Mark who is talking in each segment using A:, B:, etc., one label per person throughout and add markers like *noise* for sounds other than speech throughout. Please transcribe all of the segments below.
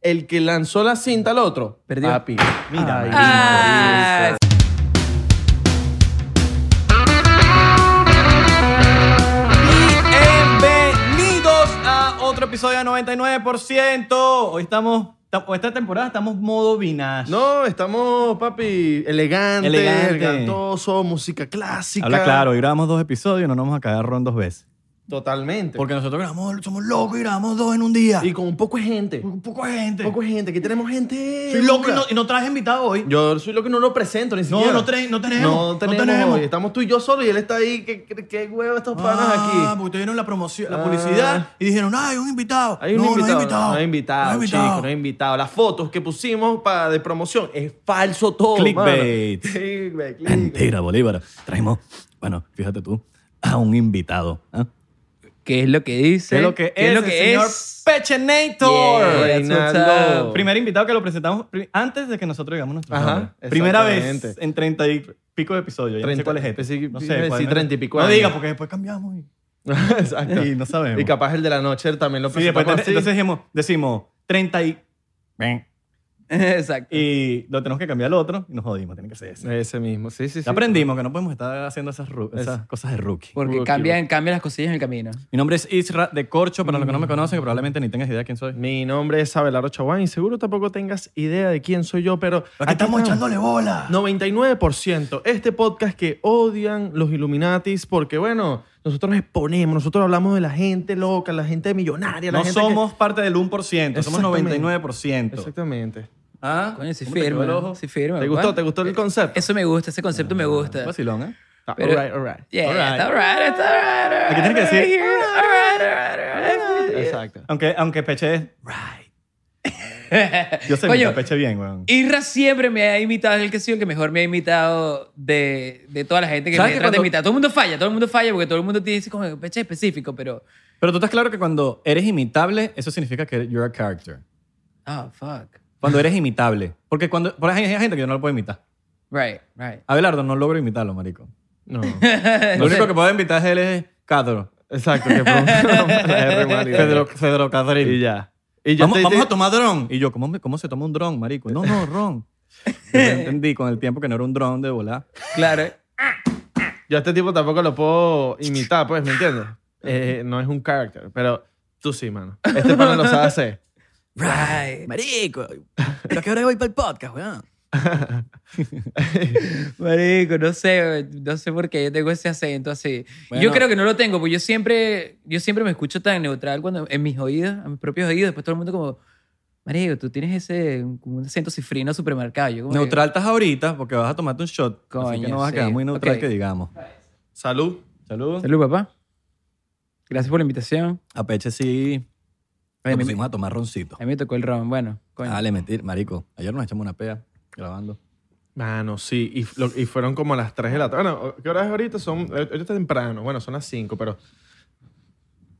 A: el que lanzó la cinta al otro,
B: Perdió.
A: papi.
B: Mira,
A: Ay,
C: Ah,
B: Bienvenidos a otro episodio de 99%. Hoy estamos, ta- esta temporada estamos modo vinage.
A: No, estamos, papi, elegante,
B: Elegante.
A: elegantoso, música clásica.
B: Habla claro, hoy grabamos dos episodios y no nos vamos a cagar ron dos veces.
A: Totalmente.
B: Porque nosotros grabamos, somos locos y grabamos dos en un día.
A: y con un poco de gente.
B: un poco de gente.
A: poco de gente. Aquí tenemos gente.
B: Soy loco y
A: dura.
B: no, y no traje invitado hoy.
A: Yo soy loco y no lo presento ni
B: No,
A: siquiera.
B: no tre- no tenemos,
A: No
B: no
A: tenemos.
B: tenemos.
A: hoy. Estamos tú y yo solo y él está ahí. ¿Qué, qué, qué huevo estos panas
B: Ah,
A: aquí?
B: porque te vieron la promoción,
A: Ah.
B: la publicidad y dijeron, ah, hay un invitado.
A: Hay un
B: no,
A: invitado,
B: No hay invitado.
A: No hay invitado,
B: No hay invitado.
A: chico, no hay invitado. Las fotos que pusimos para de promoción es falso todo. *laughs*
D: Clickbait.
A: mano. Clickbait, clickbait.
D: Mentira, Bolívar. Traemos, bueno, fíjate tú, a un invitado. ¿ah?
C: ¿Qué es lo que dice?
B: ¿Qué es lo que es?
C: ¿Qué es lo
B: el
C: que
B: señor
C: es?
B: Pechenator.
C: Yeah,
A: Reinaldo.
C: what's up.
B: Primer invitado que lo presentamos pri- antes de que nosotros digamos nuestro
A: Ajá,
B: nombre. Primera vez
A: exactamente.
B: en treinta y pico de episodios. Ya no sé
A: 30,
B: cuál es este.
A: sí,
B: no
A: sí,
B: sé, cuál es.
A: treinta y pico
B: No
A: años.
B: diga, porque después cambiamos y,
A: *laughs* *laughs* Exacto.
B: y no sabemos.
A: Y capaz el de la noche también lo
B: Sí, después,
A: presentamos así.
B: entonces decimos, decimos 30 y...
C: Exacto.
B: Y lo tenemos que cambiar al otro y nos jodimos. Tiene que ser ese.
A: Ese mismo, sí, Eh, sí, sí.
B: Ya aprendimos que no podemos estar haciendo esas, ru- esas
A: Es-
B: cosas de rookie.
C: Porque
A: Rookie,
C: cambian, cambian las cosillas en el camino.
B: Mi nombre es Isra de Corcho, para los que
A: Mm.
B: no me conocen, que probablemente ni tengas idea de quién soy.
A: Mi nombre es Abelardo Chaguán y seguro tampoco tengas idea de quién soy yo, pero...
B: Aquí estamos echándole bola.
A: 99%. Este podcast que odian los Illuminatis porque, bueno, nosotros nos exponemos, nosotros hablamos de la gente loca, la gente millonaria, la
B: No
A: gente que-
B: somos parte del 1%, somos
A: Exactamente.
B: 99%.
A: Exactamente.
B: ¿Ah?
C: Coño, sí
B: ¿Cómo te quedó el
C: firma.
B: ojo?
C: Sí firma.
A: ¿Te gustó?
C: ¿cuál?
A: ¿Te gustó
B: Eh,
A: el concepto?
C: Eh, Eso me gusta, ese concepto me gusta.
B: Vacilón, ¿eh?
A: Ah,
C: pero-
A: all right, all right.
C: Yeah,
B: Alright.
C: está alright, está alright, alright,
B: Aquí tienes que decir,
C: alright, alright, alright, alright, alright.
A: Exacto.
B: Aunque, aunque Peche es... Right. Yo sé
C: Coño.
B: que Peche bien, weón.
C: Isra siempre me ha imitado, es el que sí, el que mejor me ha imitado de, de toda la gente que me
B: ¿Sabes
C: trata
B: que
C: de
B: cuando-
C: imitar. Todo el mundo falla, todo el mundo falla porque todo el mundo tiene ese como peche específico, pero.
B: Pero tú estás claro que cuando eres imitable, eso significa que you're a character.
C: Ah, fuck.
B: Cuando eres imitable. Porque cuando... Por ejemplo, hay gente que yo no lo puedo imitar.
C: Right, right.
B: Abelardo no logro imitarlo, marico.
A: No.
C: Eh,
B: Lo único que puedo imitar es él es Cadro.
A: Exacto. Que fue un nombre de rivalidad.
B: Pedro, Pedro Cadril.
A: Y ya. Y yo
B: vamos,
A: te-
B: vamos
A: te-
B: a tomar dron. Y yo, ¿cómo, me- cómo se toma un dron, marico? No, no, ron. Yo entendí con el tiempo que no era un dron de volar.
C: Claro.
A: Yo a este tipo tampoco lo puedo imitar, pues, ¿me entiendes? Eh, no es un character, pero tú sí, mano. Este pana lo sabe hacer.
C: Right.
D: *laughs* Marico, ¿pero a qué hora voy para el podcast, weón?
C: *laughs* Marico, no sé, no sé por qué yo tengo ese acento así.
B: Bueno.
C: Yo creo que no lo tengo, porque yo siempre, yo siempre me escucho tan neutral cuando en mis oídos, a mis propios oídos, después todo el mundo como, Marico, tú tienes ese como un acento cifrino supermercado. Yo como que-
B: Neutral estás ahorita porque vas a tomarte un shot. así
C: Coño,
B: que no vas
C: sí.
B: a quedar muy neutral
C: Ok.
B: que digamos.
A: Salud.
B: *laughs* Salud.
C: Salud, papá. Gracias por la invitación.
D: A Peche sí
C: Oye,
D: nos
C: me-
D: pusimos a tomar roncito.
C: A mí me tocó el ron, bueno, coño.
D: Dale, mentir, marico. Ayer nos echamos una pea grabando.
A: Mano, sí. Y, f- lo- y fueron como a las 3 de la tarde. Bueno, ¿qué hora es ahorita? Son, eh, ahorita es temprano. Bueno, son las 5, pero...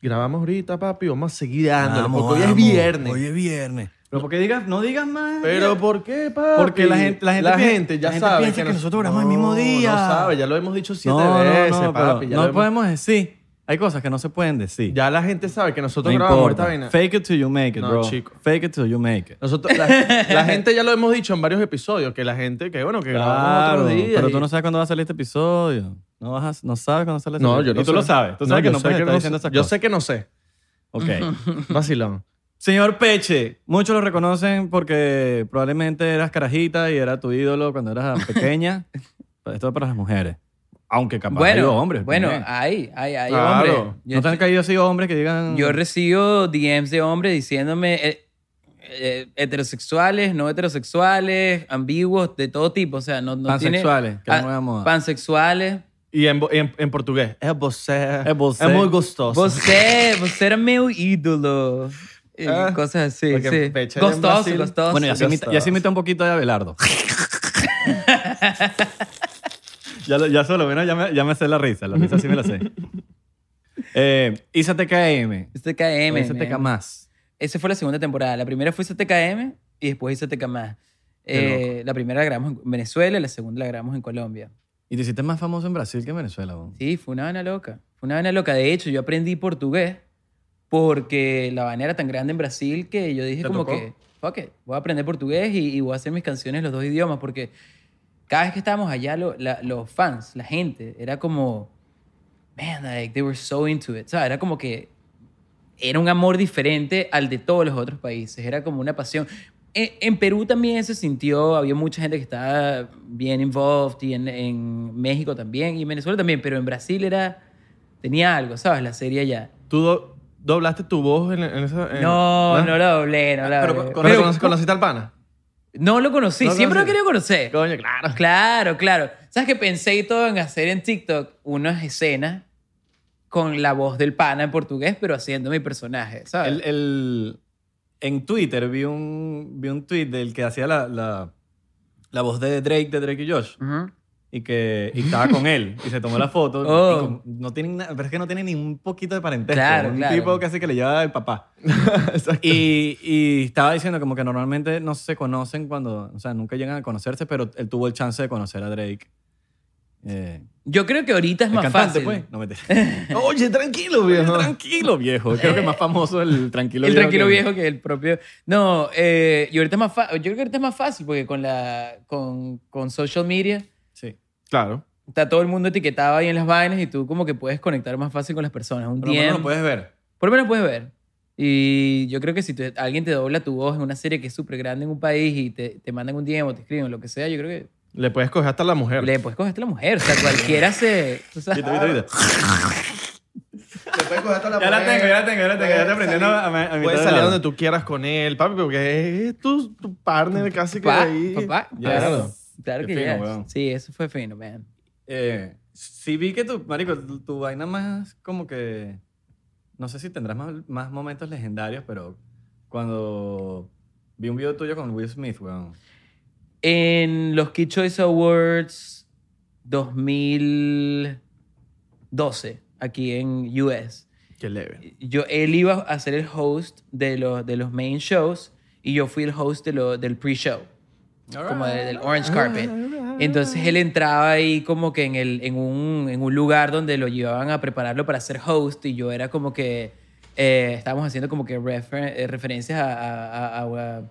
A: Grabamos ahorita, papi. Vamos a seguir dándole.
D: Vamos,
A: porque hoy es
D: vamos.
A: viernes.
D: Hoy es viernes.
B: Pero porque digas, no digas más.
A: Pero ¿por qué, papi?
B: Porque la gente- la gente pi-
A: ya
B: la gente
A: sabe
B: piensa que nosotros grabamos el mismo día.
A: No sabe, ya lo hemos dicho siete
B: no, no,
A: veces,
B: no, pero
A: papi. Ya,
B: no
A: lo hemos-
B: podemos decir. Hay cosas que no se pueden decir.
A: ya la gente sabe que nosotros
B: no
A: grabamos esta
B: importa.
A: vaina.
B: Fake it till you make it,
A: No,
B: bro.
A: chico.
B: Fake it till you make it.
A: Nosotros,
B: *laughs*
A: la, la gente ya lo hemos dicho en varios episodios, que la gente, que bueno, que grabamos otros días.
B: pero
A: y-
B: tú no sabes cuándo va a salir este episodio. No, vas a- no sabes cuándo sale este
A: No,
B: episodio.
A: yo no
B: Y tú
A: sé.
B: lo sabes. Tú sabes que
A: yo
B: no
A: sé
B: puedes estar
A: no
B: diciendo
A: sé.
B: esas
A: Yo
B: cosas.
A: sé que no sé.
B: *laughs*
A: *laughs*
B: Ok.
A: Vacilón.
B: Señor Peche, muchos lo reconocen porque probablemente eras carajita y era tu ídolo cuando
C: *laughs*
B: eras pequeña. Esto es para las mujeres. Aunque capaz hay
C: bueno,
B: hombres.
C: bueno,
B: también.
C: hay, hay, hay
A: Claro.
C: hombres. Yo
B: ¿No te han caído así hombres que digan...
C: Yo recibo DMs de hombres diciéndome eh, eh, heterosexuales, no heterosexuales, ambiguos, de todo tipo. O sea, no, no tiene-
B: Pansexuales, que es la
C: Ah,
B: nueva moda.
C: Pansexuales.
A: Y en, bo- en, en portugués. Es você.
B: Es você.
A: muy gustoso.
C: Você, você era meu ídolo. Eh,
A: Ah,
C: Cosas así,
A: porque
C: sí.
A: Pecha era en
C: Gostoso,
A: Brasil.
C: gostoso.
B: Bueno, y así,
A: Ya
B: imita,
A: está.
B: y así imita un poquito de
C: *laughs*
B: Abelardo. ya, lo- ya solo, bueno, ya me, ya me sé la risa. La risa sí me la
C: *laughs*
B: sé. Eh, Isa TKM.
C: Este KM.
B: Isa TK
C: man.
B: más.
C: Esa fue la segunda temporada. La primera fue CTKM y después hice TK más.
B: Qué
C: Eh, la primera la grabamos en Venezuela y la segunda la grabamos en Colombia.
B: Y te hiciste más famoso en Brasil que en Venezuela. weón.
C: Sí, fue una vaina loca. Fue una vaina loca. De hecho, yo aprendí portugués porque la vaina era tan grande en Brasil que yo dije
A: ¿Te
C: como
A: tocó?
C: que, fuck it, voy a aprender portugués y, y voy a hacer mis canciones en los dos idiomas, porque cada vez que estábamos allá, lo- la- los fans, la gente, era como, man, like, they were so into it. O sea, era como que era un amor diferente al de todos los otros países, era como una pasión. En, en Perú también se sintió, había mucha gente que estaba bien involved y en, en México también y en Venezuela también, pero en Brasil era, tenía algo, ¿sabes? La serie allá.
A: ¿Tú do- doblaste tu voz en, en esa...?
B: Eh,
A: en-
C: No, no la doblé,
B: Ah,
C: no la
A: Pero,
C: doblé.
A: ¿cono-
C: Pero-
A: conoc- ¿Conociste al pana?
C: no lo conocí,
A: No lo
C: siempre lo
A: conocí.
C: quería conocer.
A: Coño, claro.
C: Claro, claro. ¿Sabes que pensé y todo en hacer en TikTok unas escenas con la voz del pana en portugués, pero haciendo mi personaje, ¿sabes?
B: El, el- en Twitter vi un, vi un tweet del que hacía la, la, la voz de Drake, de Drake y Josh.
C: Ujú.
B: Y que y estaba con él y se tomó la foto.
C: Oh.
B: Y con- no tienen na- pero es que no tiene ni un poquito de parentesco.
C: Claro,
B: un
C: claro.
B: tipo casi que le lleva el
C: *laughs*
B: papá. y, y estaba diciendo como que normalmente no se conocen cuando, o sea, nunca llegan a conocerse, pero él tuvo el chance de conocer a Drake. Eh,
C: Yo creo que ahorita es
B: el
C: más
B: cantante,
C: fácil.
B: pues. No,
C: *laughs*
B: mentira.
A: Oye, tranquilo, viejo.
B: Tranquilo viejo. Creo que es más famoso el tranquilo
C: Eh, el
B: viejo.
C: tranquilo
B: que-
C: viejo que el propio. No, eh, y ahorita es más fa- yo creo que ahorita es más fácil porque con la con, con social media
B: Sí.
A: Claro.
C: está todo el mundo etiquetado ahí en las vainas y tú como que puedes conectar más fácil con las personas. Un
B: Por lo menos
C: DM,
B: lo puedes ver.
C: Por lo menos puedes ver. Y yo creo que si te- alguien te dobla tu voz en una serie que es súper grande en un país y te, te mandan un DM o te escriben lo que sea, yo creo que
A: Le puedes coger hasta la mujer.
C: le puedes cogerte a la mujer. O sea, cualquiera se...
A: *laughs*
C: tú sabes.
B: Viste, viste, viste.
E: Te puedes coger hasta la
B: Ya la
E: mujer.
B: tengo, ya la tengo, ya la tengo. Ya
E: Puedes
B: te aprendiendo
E: salir.
B: a, a, a
A: Puedes
B: mitad de
A: salir
B: lado.
A: donde tú quieras con él, papi, porque es tu, tu partner casi que
C: Papá,
A: ahí.
C: papá.
B: Ya,
C: Claro,
B: claro.
C: claro que
B: Qué fino,
C: yes.
B: weón.
C: Sí, eso fue fino, man.
B: Eh, sí vi que tu, marico, tu, tu vaina más como que... No sé si tendrás más, más momentos legendarios, pero cuando vi un video tuyo con Will Smith, weón.
C: En los Kid Choice Awards 2012, aquí en US,
A: Qué leve.
C: yo, él iba a ser el host de los, de los main shows y yo fui el host de lo- del pre-show, como de- del orange carpet. Entonces él entraba ahí como que en, el, en, un, en un lugar donde lo llevaban a prepararlo para ser host y yo era como que eh, estábamos haciendo como que refer- eh, referencias a, a- a- a- a-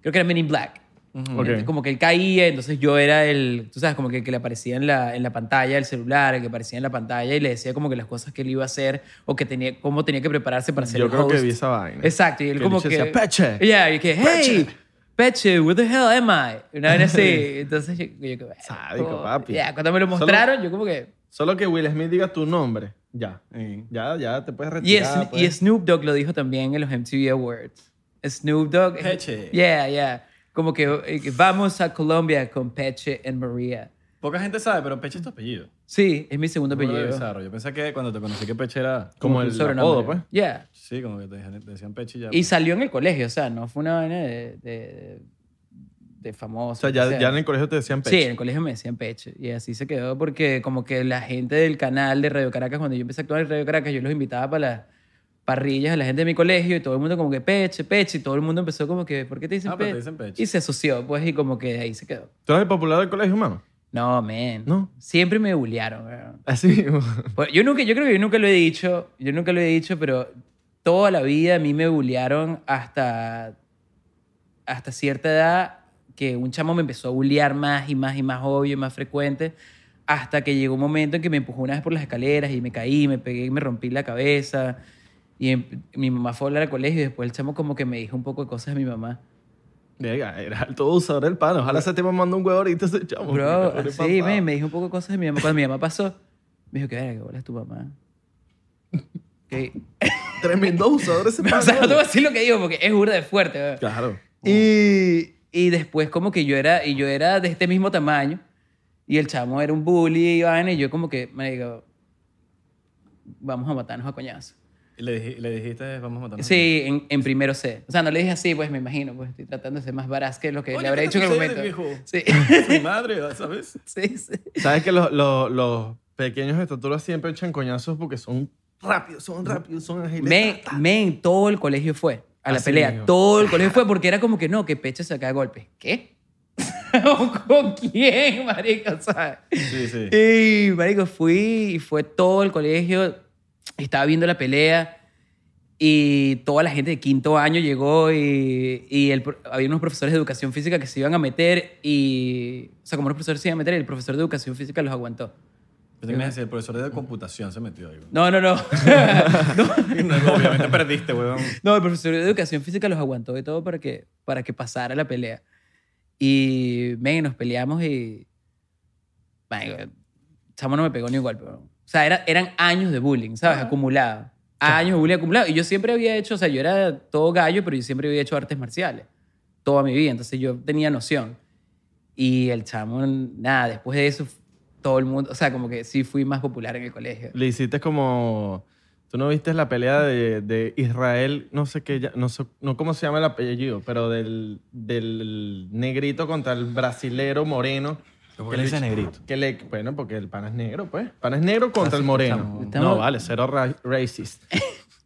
C: Creo que era Men in Black. Entonces, Como que él caía, entonces yo era el, tú sabes, como que el que le aparecía en la, en la pantalla del celular, el que aparecía en la pantalla y le decía como que las cosas que él iba a hacer o que tenía, cómo tenía que prepararse para ser
A: Yo
C: el
A: creo que
C: host.
A: vi esa vaina.
C: Exacto, y él
A: Que el
C: como
A: bicho
C: que...
A: decía, "Peche".
C: Yeah, y que, hey, Peche, where the hell am I? Una
A: *laughs*
C: vez así. Entonces yo, yo que,
A: Sádico,
C: como-
A: papi.
C: Ya, cuando me lo
A: Solo-
C: mostraron, yo como que...
A: Solo que Will Smith diga tu nombre. Ya.
B: Sí.
A: Ya, ya te puedes
C: Y,
A: retirar.
C: Sn-
A: pues.
C: y Snoop Dogg lo dijo también en los MTV Awards. Snoop Dogg.
B: Peche.
C: Yeah, yeah. Como que eh, que vamos a Colombia con Peche and María.
B: Poca gente sabe, pero Peche es tu apellido.
C: Sí, es mi segundo
B: Burda de
C: apellido.
B: bizarro. Yo pensé que cuando te conocí que Peche era...
A: Como
C: que
A: el
C: un sobrenombre.
A: apodo, pues.
C: Yeah.
B: Sí, como que te dijeron- te decían Peche y ya. pues.
C: Y salió en el colegio, o sea, no fue una vaina de, de, de
A: O
C: famoso.
A: sea,
C: lo
A: ya,
C: que
A: ya en el colegio te decían
C: Sí, en
A: Peche.
C: el colegio me decían Peche. Y así se quedó porque como que la gente del canal de Radio Caracas, cuando yo empecé a actuar en Radio Caracas, yo los invitaba para las parrillas a la gente de mi colegio y todo el mundo como que Peche, Peche. Y todo el mundo empezó como que, ¿por qué te dicen,
B: Ah, pero
C: peche?
B: te dicen Peche.
C: Y se asoció, pues, y como que ahí se quedó.
A: ¿Tú eres el popular del colegio, mano?
C: No, man.
A: No.
C: Siempre me bullearon, weón.
A: Así.
C: Pues, yo, nunca, yo creo que yo nunca lo he dicho, yo nunca lo he dicho, pero toda la vida a mí me bullearon hasta, hasta cierta edad que un chamo me empezó a bullear más y más y más obvio, y más frecuente, hasta que llegó un momento en que me empujó una vez por las escaleras y me caí, me pegué y me rompí la cabeza. Y em- mi mamá fue a hablar al colegio y después el chamo como que me dijo un poco de cosas de mi mamá.
A: *laughs* Venga, era todo usador el pan. Ojalá se te mandando un huevo ahorita ese chamo.
C: Bro,
A: Pobre
C: sí,
A: papá.
C: me, me dijo un poco de cosas de mi mamá. Cuando mi mamá pasó, me dijo que, verga, que bola es tu mamá. Que,
A: Tremendo usador ese
C: *laughs* O
A: pana,
C: sea, no te
A: vale.
C: voy a decir lo que digo porque es burda de fuerte. weón.
A: Claro.
C: Y, y después como que yo era, y yo era de este mismo tamaño y el chamo era un bully y vaina, y yo como que, me digo, vamos a matarnos a coñazo.
B: Y le, dij- le dijiste, vamos a matarnos.
C: Sí, en, en primero C. O sea, no le dije así, pues me imagino, pues estoy tratando de ser más varaz que lo que
B: Oye,
C: le habré
B: ¿qué
C: dicho
B: te
C: en el momento.
B: sucede, viejo? *laughs*
C: Sí.
B: *laughs* Su madre, ¿sabes?
C: sí, sí.
A: ¿Sabes que los, los, los pequeños de estatura siempre echan coñazos porque son rápidos, son rápidos, son ágiles?
C: Men,
A: *laughs*
C: men, todo el colegio fue a
B: Ah,
C: la
A: Así
C: pelea.
A: mismo.
C: Todo el colegio fue porque era como que no, que Peche se cae a golpes. ¿Qué? *laughs* ¿Con quién, marico? ¿Sabes?
B: Sí, sí.
C: Y, marico, fui y fue todo el colegio. Estaba viendo la pelea. Y toda la gente de quinto año llegó y, y el pro- había unos profesores de educación física que se iban a meter y... O sea, como los profesores se iban a meter, el profesor de educación física los aguantó.
B: Pensé que me ibas a decir, el profesor de computación se metió ahí. weón.
C: No, no, no.
B: Y no, obviamente perdiste, weón.
C: No, el profesor de educación física los aguantó y todo para que, para que pasara la pelea. Y, men, nos peleamos y... Marico, Chamo no me pegó ni un golpe. weón. O sea, era- eran años de bullying, ¿sabes? Acumulado. Años de bullying acumulado. Y yo siempre había hecho, o sea, yo era todo gallo, pero yo siempre había hecho artes marciales. Toda mi vida. Entonces yo tenía noción. Y el chamo, nada, después de eso, todo el mundo, o sea, como que sí fui más popular en el colegio.
A: Le hiciste como... Tú no viste la pelea de, de Israel, no sé qué, ya- no sé no cómo se llama el apellido, pero del, del negrito contra el brasilero moreno.
D: ¿Por qué le dicen negrito?
A: Que le, bueno, porque el pana es negro, pues. Pana es negro contra el moreno.
C: estamos-
A: No, vale, cero ra- racist.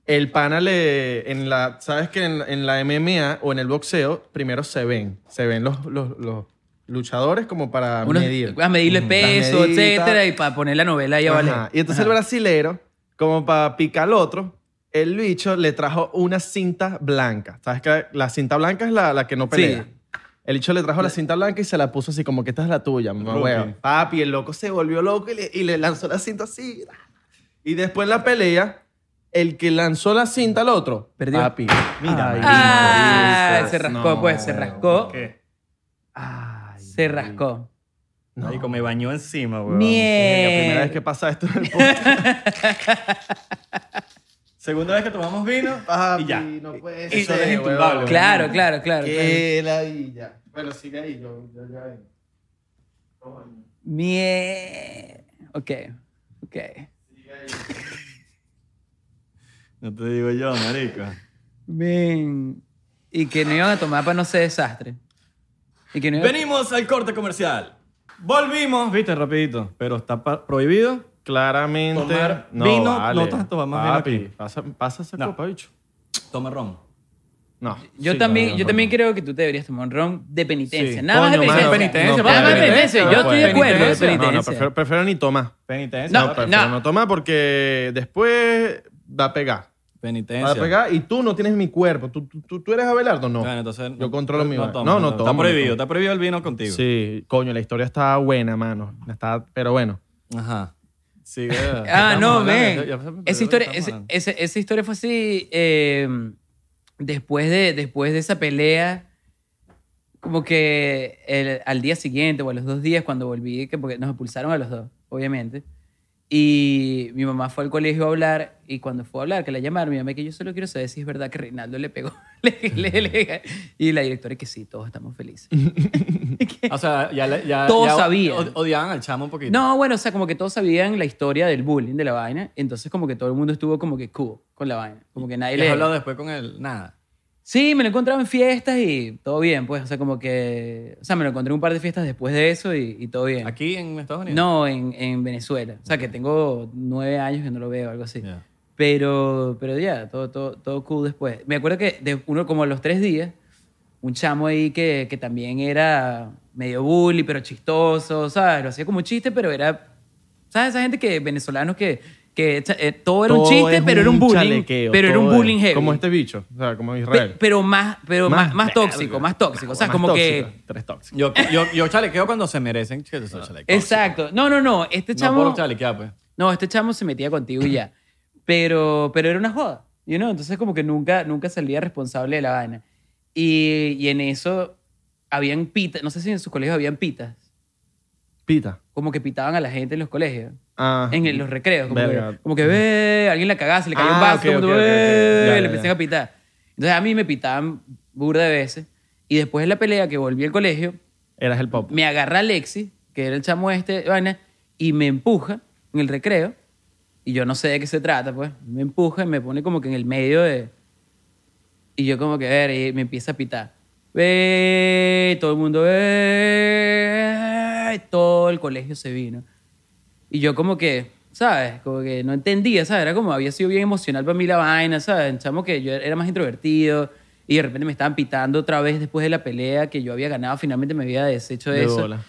A: El pana le. En la, ¿Sabes que en, en la MMA o en el boxeo, primero se ven. Se ven los, los, los luchadores como para
C: Unos-
A: medir.
C: a medirle peso,
A: medidas.
C: etcétera, y para poner la novela ahí a valer.
A: Ajá. Y entonces el brasilero, como para picar al otro, el bicho le trajo una cinta blanca. ¿Sabes que La cinta blanca es la, la que no pelea.
C: Sí.
A: El bicho le trajo la cinta blanca y se la puso así como que esta es la tuya, mamá, huevo. Papi, el loco se volvió loco y le, y le lanzó la cinta así. Y después en la pelea, el que lanzó la cinta al otro,
C: Perdió.
A: papi.
E: Mira,
A: Ay,
C: Ah,
A: Jesus.
C: se rascó,
A: No,
C: pues, se
A: huevo.
C: rascó.
B: ¿Qué?
A: Ay,
C: Se rascó.
A: no.
B: Marico, me bañó encima, weón.
A: Es la primera vez
C: Mierda.
A: que pasa esto en el podcast.
B: Segunda vez que tomamos vino y ya.
A: Papi, no puede
B: Eso
A: ser,
B: es intumbable.
A: huevón.
C: Claro, claro, claro. claro.
A: Qué ladilla. Bueno, sigue ahí, yo, yo ya vengo.
C: Mierda. Ok, ok.
B: *laughs* No te digo yo, marico.
C: Bien. Y que no iban a tomar para no ser desastre. Y que no iban-
B: Venimos al corte comercial. Volvimos, viste, rapidito. Pero está pa- prohibido.
A: Claramente.
B: Tomar
A: no,
B: vino,
A: vale.
B: no tanto, vamos a
A: Papi,
B: ver aquí.
A: Pasa, pasa esa
B: No.
A: copa, bicho.
B: Toma ron.
A: No.
C: Yo
A: Sí,
C: también,
A: no, no,
C: yo
A: no.
C: también creo que tú te deberías tomar un ron de penitencia.
A: Sí.
C: Nada más de
A: Coño,
C: penitencia.
A: mano,
B: penitencia,
C: Nada más de
B: vale.
C: penitencia. Yo estoy
A: puede.
C: de acuerdo.
A: Penitencia.
C: penitencia.
A: No, no, prefiero, prefiero ni tomar.
B: Penitencia.
C: No,
A: No,
B: papi.
A: prefiero no. tomar porque después va a pegar. Va
B: Penitencia.
A: a pegar y tú no tienes mi cuerpo. ¿Tú, tú, tú- tú eres Abelardo? No.
B: Bueno, entonces,
A: Yo controlo mi vaina.
B: tomo,
A: No, no
B: Está
A: tomo,
B: prohibido,
A: no tomo.
B: está prohibido el vino contigo.
A: Sí, coño, la historia está buena, mano. Está, pero bueno.
B: Ajá. Sí,
C: *laughs*
B: *laughs*
C: Ah, no, ven. Esa historia, ese- ese- esa historia fue así. eh, después, de, después de esa pelea, como que el- al día siguiente o a los dos días, cuando volví, que porque nos expulsaron a los dos, obviamente. Y mi mamá fue al colegio a hablar. Y cuando fue a hablar, que la llamaron, mi mamá, que yo solo quiero saber si es verdad que Reinaldo le pegó. *laughs* Le- le- le- y la directora, que sí, todos estamos felices.
B: O sea, ya, le- ya,
C: Todos
B: ya o-
C: sabían.
B: o- Odiaban al chamo un poquito.
C: No, bueno, o sea, como que todos sabían la historia del bullying, de la vaina. Entonces, como que todo el mundo estuvo como que cool con la vaina. Como que nadie
B: Y les
C: le.
B: hablado después con él. Nada.
C: Sí, me lo encontraba en fiestas y todo bien, pues. O sea, como que. O sea, me lo encontré en un par de fiestas después de eso y, y todo bien.
B: Aquí en Estados Unidos.
C: No, en, en Venezuela. O sea, que tengo nueve años que no lo veo, algo así.
B: Ya.
C: Pero, pero ya, todo, todo, todo cool después. Me acuerdo que de uno como a los tres días, un chamo ahí que, que también era medio bully, pero chistoso, ¿sabes? Lo hacía como un chiste, pero era... ¿Sabes? Esa gente que venezolanos que... que cha- eh, todo era un
A: Todo
C: chiste,
A: es
C: pero era un bullying.
A: chalequeo,
C: Pero era un
A: todo es-
C: bullying heavy.
A: Como este bicho, o sea, como
C: Pe-
A: Israel.
C: pero más, pero más,
A: Más
C: más
A: verga.
C: tóxico, más tóxico. O sea,
A: Más
C: como
A: tóxica,
C: que...
A: Tres tóxicos.
B: Yo, yo, yo chalequeo cuando se merecen. que yo soy chalequeo.
C: Ah, Exacto. No, no, no. Este chamo...
B: No por chalequear, pues.
C: No, este chamo se metía contigo
A: *clears throat*
C: y ya. Pero, pero era una joda, you know? Entonces como que nunca, nunca salía responsable de la vaina. Y, y en eso habían pitas, no sé si en sus colegios habían pitas,
A: Pita.
C: como que pitaban a la gente en los colegios,
A: Ah.
C: en el- los recreos, como que,
A: Verga.
C: como que, ve, alguien la cagaba, se le cayó un
A: Ah,
C: vaso,
A: ok,
C: todo el mundo,
A: ok, ok, ok.
C: "Ve",
A: Ya, ya,
C: le
A: ya.
C: empezaron a pitar. Entonces a mí me pitaban burda de veces. Y después de la pelea que volví al colegio,
A: Eras el pop.
C: me agarra Alexi, que era el chamo este, vaina, y me empuja en el recreo. Y yo no sé de qué se trata, pues. Me empuja y me pone como que en el medio de... Y yo como que, ver, y me empieza a pitar. Ve, y todo el mundo, ve, y todo el colegio se vino. Y yo como que, ¿sabes? Como que no entendía, ¿sabes? Era como, había sido bien emocional para mí la vaina, ¿sabes? Un Chamo que yo era más introvertido y de repente me estaban pitando otra vez después de la pelea que yo había ganado, finalmente me había deshecho de,
A: De
C: eso.
A: bola.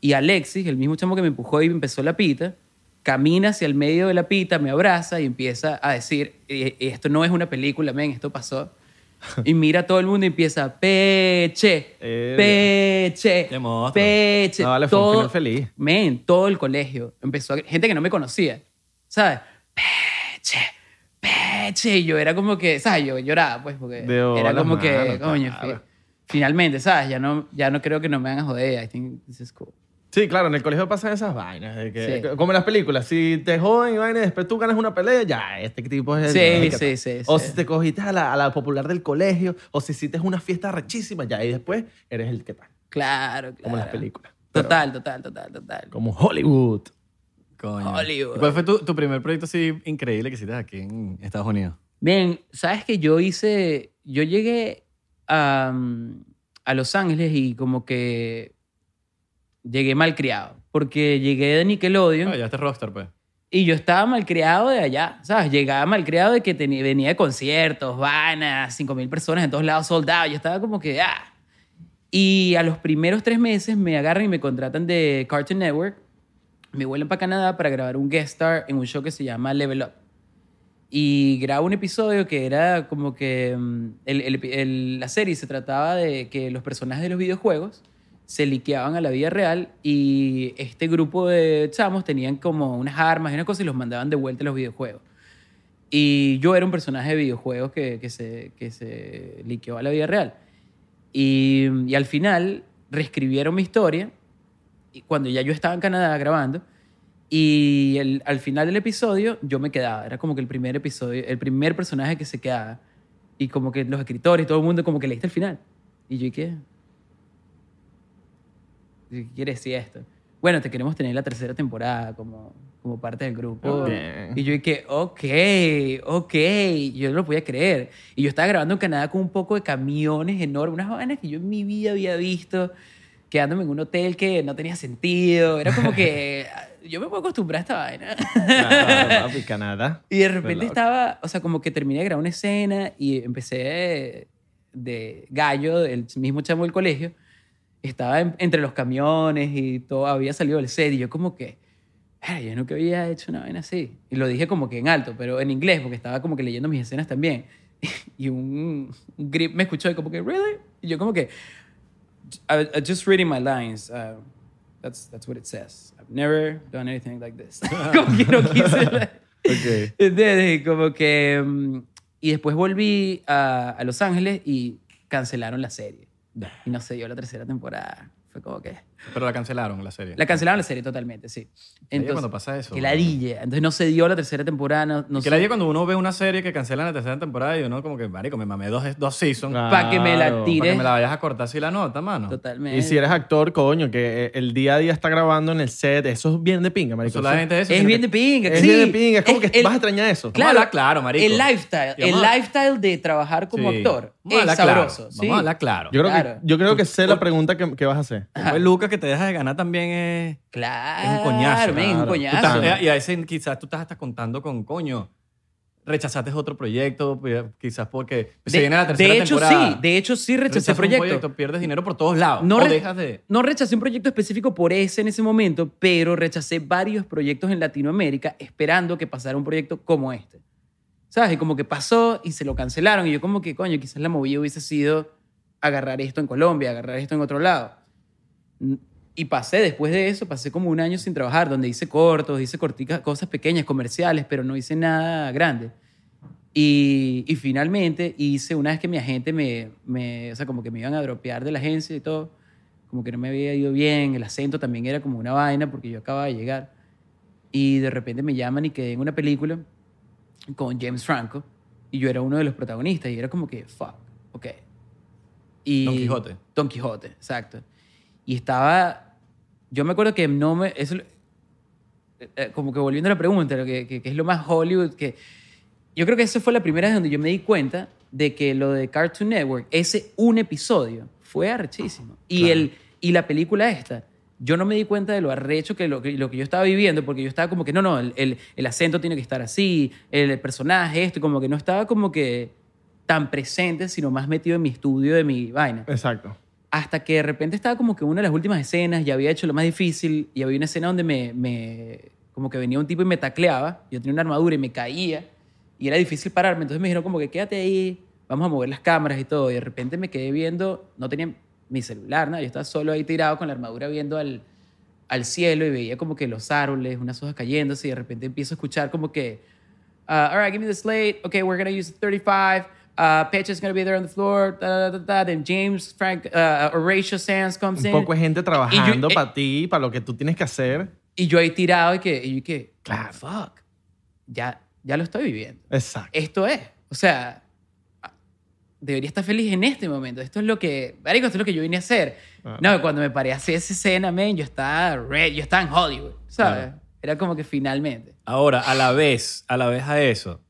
C: Y Alexis, el mismo chamo que me empujó y empezó la pita, camina hacia el medio de la pita, me abraza y empieza a decir, "E- esto no es una película, men, esto pasó. Y mira a todo el mundo y empieza, peche, peche,
D: Qué monstruo.
C: peche.
A: No, vale, fue un final feliz.
C: Men, todo el colegio. Empezó a- gente que no me conocía, ¿sabes? Peche, peche. Y yo era como que, ¿sabes? Yo lloraba, pues, porque
A: De
C: era
A: bolas,
C: como que,
A: mano,
C: coño,
A: claro.
C: fi- finalmente, ¿sabes? Ya no, ya no creo que no me van a joder. I think this is cool.
A: Sí, claro, en el colegio pasan esas vainas. de que-
C: Sí.
A: Como en las películas, si te joden y vainas, después tú ganas una pelea, ya, este tipo es el.
C: Sí,
A: el que-
C: sí, sí,
A: O
C: sí.
A: si te cogiste a la, a la popular del colegio, o si hiciste una fiesta rechísima, ya, y después eres el que tal.
C: Claro, claro.
A: Como en las películas. Pero-
C: Total, total, total, total.
A: Como Hollywood.
B: Coño.
C: Hollywood.
B: ¿Y ¿Cuál fue tu, tu primer proyecto así increíble que hiciste aquí en Estados Unidos?
C: Ven, sabes que yo hice, yo llegué a, mm, a Los Ángeles y como que llegué malcriado, porque llegué de Nickelodeon
B: Ah, ya este rockstar, pues.
C: y yo estaba malcriado de allá, ¿sabes? Llegaba malcriado de que tenía, venía de conciertos, vanas, 5.000 personas en todos lados soldados, yo estaba como que, ah. Y a los primeros tres meses me agarran y me contratan de Cartoon Network, me vuelan para Canadá para grabar un guest star en un show que se llama Level Up. y grabo un episodio que era como que mm, el- el- el- la serie se trataba de que los personajes de los videojuegos se liqueaban a la vida real y este grupo de chamos tenían como unas armas y unas cosas y los mandaban de vuelta a los videojuegos. Y yo era un personaje de videojuegos que, que se, que se liqueó a la vida real. Y, y al final reescribieron mi historia y cuando ya yo estaba en Canadá grabando y el- al final del episodio yo me quedaba. Era como que el primer episodio, el primer personaje que se quedaba. Y como que los escritores, todo el mundo como que leíste el final. Y yo, ¿y qué? ¿Y ¿Qué quiere decir esto? Bueno, te queremos tener en la tercera temporada como, como parte del grupo.
A: Bien.
C: Y yo dije, ok, ok. Yo no lo podía creer. Y yo estaba grabando en Canadá con un poco de camiones enormes, unas vainas que yo en mi vida había visto, quedándome en un hotel que no tenía sentido. Era como que *laughs* ah, yo me puedo acostumbrar a esta vaina.
A: Claro, papi, Canadá.
C: Y de repente
A: Relax.
C: estaba, o sea, como que terminé de grabar una escena y empecé de, de gallo, el mismo chamo del colegio. Estaba en- entre los camiones y todo, había salido del set y yo como que, "Ay, yo nunca había hecho una vaina así. Y lo dije como que en alto, pero en inglés, porque estaba como que leyendo mis escenas también. *laughs* Y un, un grip me escuchó y como que, ¿really? Y yo como que, I, I just reading my lines. uh, that's, that's what it says. I've never done anything like this. *laughs* como que no quise... ¿Entiendes? Y Como que... mm, Y después volví a, a Los Ángeles y cancelaron la serie. Y no se dio la tercera temporada. Fue como que...
B: Pero la cancelaron, la serie.
C: La cancelaron la serie totalmente, sí.
B: Ahí es cuando pasa eso.
C: Que la dije. Entonces no se dio la tercera temporada. No, no
B: Que
C: sé,
B: la idea cuando uno ve una serie que cancelan la tercera temporada y uno como que, marico, me mamé dos, dos seasons.
A: Claro.
C: Para que me la
A: Claro, pa' que
B: Para
C: tires
B: que me la vayas a cortar así la nota, mano.
C: totalmente.
A: Y si eres actor, coño, que eh, el día a día está grabando en el set, eso es bien de pinga, marico.
B: Eso la
A: Eso-
B: gente eso.
C: es
B: sino
C: bien de
B: que-
C: pinga.
A: Es
C: sí.
A: bien de pinga, es como que
C: el-
A: vas a extrañar eso.
B: Vamos a hablar claro, marico.
C: El lifestyle.
B: Y
C: El
B: vamos a-
C: lifestyle de trabajar como
B: Sí.
C: actor.
B: Vamos a
C: Es
B: hablar claro.
C: sabroso. sí.
B: Vamos a hablar claro.
A: Yo creo, que,
C: Claro.
A: yo creo que sé la pregunta que, que vas a hacer.
B: Después Lucas que te dejas de ganar también es...
C: Claro.
B: Es un coñazo.
C: Ah,
B: eh,
C: men, es un
A: claro. Tú
C: coñazo.
A: estás-
B: Y a veces quizás tú estás hasta contando con coño. Rechazaste otro proyecto, quizás porque se
C: De-
B: viene la tercera
C: de hecho,
B: temporada.
C: sí. De hecho, sí rechacé
B: Rechazas un
C: proyectos.
B: Pierdes dinero por todos lados.
C: No
B: No
C: re-
B: dejas de...
C: No rechacé un proyecto específico por ese en ese momento, pero rechacé varios proyectos en Latinoamérica esperando que pasara un proyecto como este. ¿Sabes? Y como que pasó y se lo cancelaron. Y yo como que, coño, quizás la movida hubiese sido agarrar esto en Colombia, agarrar esto en otro lado. N- Y pasé, después de eso, pasé como un año sin trabajar, donde hice cortos, hice corticas, cosas pequeñas, comerciales, pero no hice nada grande. Y, y finalmente hice, una vez que mi agente me, me, o sea, como que me iban a dropear de la agencia y todo, como que no me había ido bien, el acento también era como una vaina porque yo acababa de llegar. Y de repente me llaman y quedé en una película con James Franco y yo era uno de los protagonistas y era como que, fuck, ok. Y,
B: Don Quijote.
C: Don Quijote, exacto. Y estaba, yo me acuerdo que no me, eso, eh, eh, como que volviendo a la pregunta, lo que, que- que es lo más Hollywood, que yo creo que esa fue la primera vez donde yo me di cuenta de que lo de Cartoon Network, ese un episodio, fue arrechísimo. Y, el, y la película esta, yo no me di cuenta de lo arrecho que lo, que lo que yo estaba viviendo, porque yo estaba como que, no, no, el, el- el acento tiene que estar así, el personaje, esto, y como que no estaba como que tan presente, sino más metido en mi estudio, de mi vaina
A: Exacto.
C: hasta que de repente estaba como que una de las últimas escenas, ya había hecho lo más difícil y había una escena donde me, me, Como que venía un tipo y me tacleaba, yo tenía una armadura y me caía, y era difícil pararme, entonces me dijeron como que quédate ahí, vamos a mover las cámaras y todo, y de repente me quedé viendo, no tenía mi celular, nada, yo estaba solo ahí tirado con la armadura viendo al, al cielo y veía como que los árboles, unas hojas cayéndose, y de repente empiezo a escuchar como que, uh, all right, give me the slate, okay, we're gonna use 35, uh, Patch is gonna be there on the floor, da, da, da, da, then James, Frank, uh, Horatio Sands comes
A: Un
C: in.
A: poco de gente trabajando
C: eh,
A: para ti, para lo que tú tienes que hacer.
C: Y yo ahí tirado y que, y yo que claro, fuck, ya, ya lo estoy viviendo.
A: Exacto.
C: Esto es, o sea, a- debería estar feliz en este momento. Esto es lo que, marico, esto es lo que yo vine a hacer.
B: Ah.
C: No, cuando me paré a hacer esa escena, man, yo estaba red, yo estaba en Hollywood, ¿sabes? Era como que finalmente.
B: Ahora, a la vez, a la vez a eso,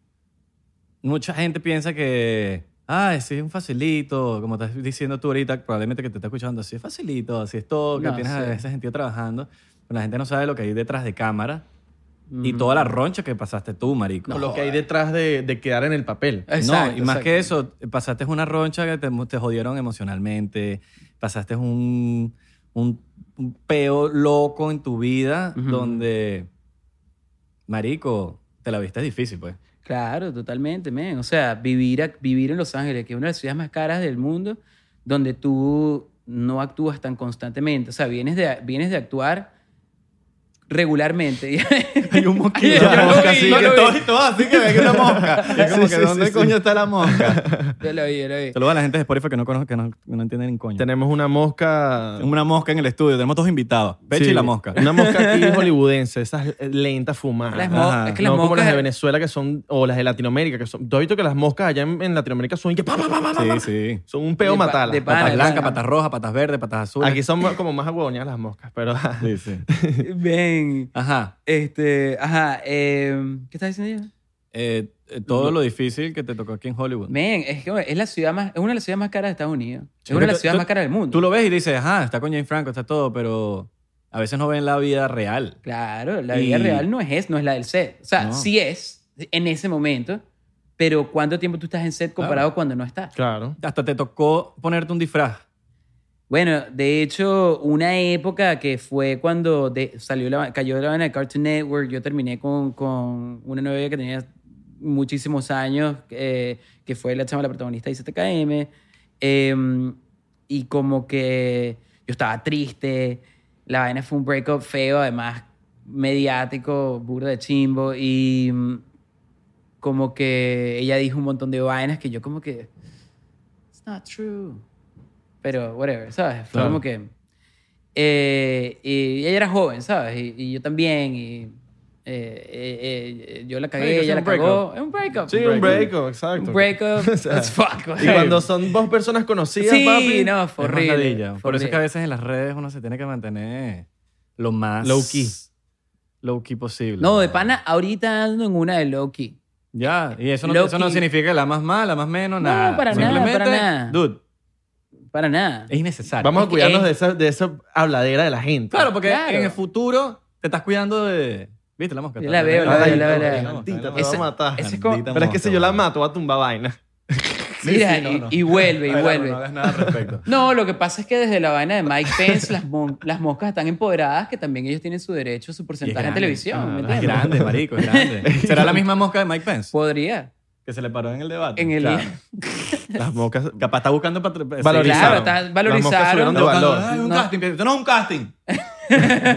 B: mucha gente piensa que, ah, sí, es un facilito, como estás diciendo tú ahorita, probablemente que te está escuchando, así es facilito, así es todo, que
C: No,
B: tienes
C: sí.
B: a ese sentido trabajando, pero la gente no sabe lo que hay detrás de cámara y toda la roncha que pasaste tú, marico.
A: Por lo que hay detrás de, de quedar en el papel.
B: no, y más que eso, pasaste una roncha que te, te jodieron emocionalmente, pasaste un, un, un peo loco en tu vida
C: Ujú.
B: donde, marico, te la viste difícil, pues.
C: Claro, totalmente, men. O sea, vivir, ac- vivir en Los Ángeles, que es una de las ciudades más caras del mundo, donde tú no actúas tan constantemente. O sea, vienes de, vienes de actuar regularmente.
B: *laughs*
C: *laughs*
B: Hay un mosquito.
C: Yo lo vi, yo lo vi.
B: *laughs* así que ve que una *laughs* mosca. Y es como que, ¿dónde coño está la mosca?
C: Yo lo vi, yo lo
B: *laughs*
C: vi.
B: Saludos a la gente de Spotify que no conoce, que no, que no entienden ni coño.
A: Tenemos una mosca.
B: Tenemos una mosca en el estudio. Tenemos dos invitados. Peche
A: Sí,
B: y la mosca.
A: Una mosca *laughs* aquí hollywoodense, esas eh, lentas fumadas.
C: Las mo-
B: Ajá,
C: es que las
A: no como las
C: moscas-
A: de Venezuela que son, o las de Latinoamérica que son. ¿Tú has visto que las moscas allá en, en Latinoamérica son y que pa, pa, pa, pa, pa,
B: Sí,
A: pa?
B: sí.
A: Son un peo
C: De pa-
A: matarla.
C: de pa-
B: Patas
C: Pana,
B: blancas,
C: pana.
B: patas rojas, patas verdes, patas azules.
A: Aquí son más- como más aguadoneadas las moscas, pero. *laughs*
B: Sí, sí.
C: Ven.
B: Ajá.
C: Este, ajá, eh, ¿qué estás diciendo?
B: Eh, eh, todo lo difícil que te tocó aquí en Hollywood.
C: Men, es que es la ciudad más, es una de las ciudades más caras de Estados Unidos. Es
B: Sí,
C: una de las
B: tú-
C: ciudades
B: tú-
C: más caras del mundo.
B: Tú lo ves y dices, ajá, está con Jane Franco, está todo, pero a veces no ven la vida real.
C: Claro, la
B: Y-
C: vida real no es es, no es la del set. O sea,
B: No.
C: sí es en ese momento, pero ¿cuánto tiempo tú estás en set comparado a cuando no estás?
A: Claro.
B: Hasta te tocó ponerte un disfraz.
C: Bueno, de hecho, una época que fue cuando de- salió la, cayó la vaina de Cartoon Network, yo terminé con, con una novia que tenía muchísimos años, eh, que fue la chama, la protagonista de ICTKM, eh, y como que yo estaba triste, la vaina fue un breakup feo, además mediático, burda de chimbo, y mm, como que ella dijo un montón de vainas que yo como que... It's not true. Pero, whatever, ¿sabes? Fue
B: Claro.
C: como que... eh, y ella era joven, ¿sabes? Y, y yo también, y... eh, eh, eh, yo la
B: Marico,
C: cagué,
B: es
C: ella
B: un
C: la cagó. Es un breakup.
A: Sí, un breakup, exacto.
C: Un breakup.
A: O sea,
C: as fuck,
A: Y
C: güey.
A: cuando son dos personas conocidas,
C: Sí,
A: papi.
C: no, fue
B: Es más
C: horrible.
B: ladilla.
C: fue
B: Por eso es que a
C: horrible.
B: veces en las redes uno se tiene que mantener lo más...
A: Low key.
B: Low key posible.
C: No, de pana, ahorita ando en una de Loki.
B: Ya, y eso
C: Low
B: no, eso no
C: key.
B: significa que la más más, la más menos,
C: No,
B: nada.
C: para nada,
B: Simplemente,
C: para nada.
B: dude, *laughs*
C: Para nada.
B: es innecesario.
A: Vamos a cuidarnos
C: Ok. eh,
A: de esa, de esa habladera de la gente.
B: Claro, porque
C: Claro.
B: en el futuro te estás cuidando de... ¿Viste la mosca?
C: Yo la veo, la
A: Ay,
C: veo, la veo, la
A: no,
C: veo.
A: maldita, me
B: Maldita
A: va a
C: Ese-
A: matar.
C: ese es como-
B: mosca,
A: Pero es que si yo la
B: weón.
A: mato, va a tumbar vaina.
C: Mira,
B: sí, no,
C: y,
B: no.
C: y vuelve, y
B: Ay,
C: vuelve.
B: No, no hagas nada al respecto.
C: No, lo que pasa es que desde la vaina de Mike Pence las, mon- las moscas están empoderadas que también ellos tienen su derecho,
B: Y
C: su
B: es
C: porcentaje en
B: grande. Ah,
C: televisión. *laughs* ¿me
B: es
C: entiendes?
B: grande, marico, es grande. ¿Será la misma mosca de Mike Pence?
C: Podría.
B: Que se le paró en el debate.
C: En el
B: Claro.
A: Las mocas.
B: Capaz está buscando para...
A: eh, Valorizaron.
C: Claro, está-
A: Las moscas
C: valorizaron.
A: subieron de
B: Está buscando,
A: valor.
B: "Ay, un
C: No.
B: casting. Esto no es un casting.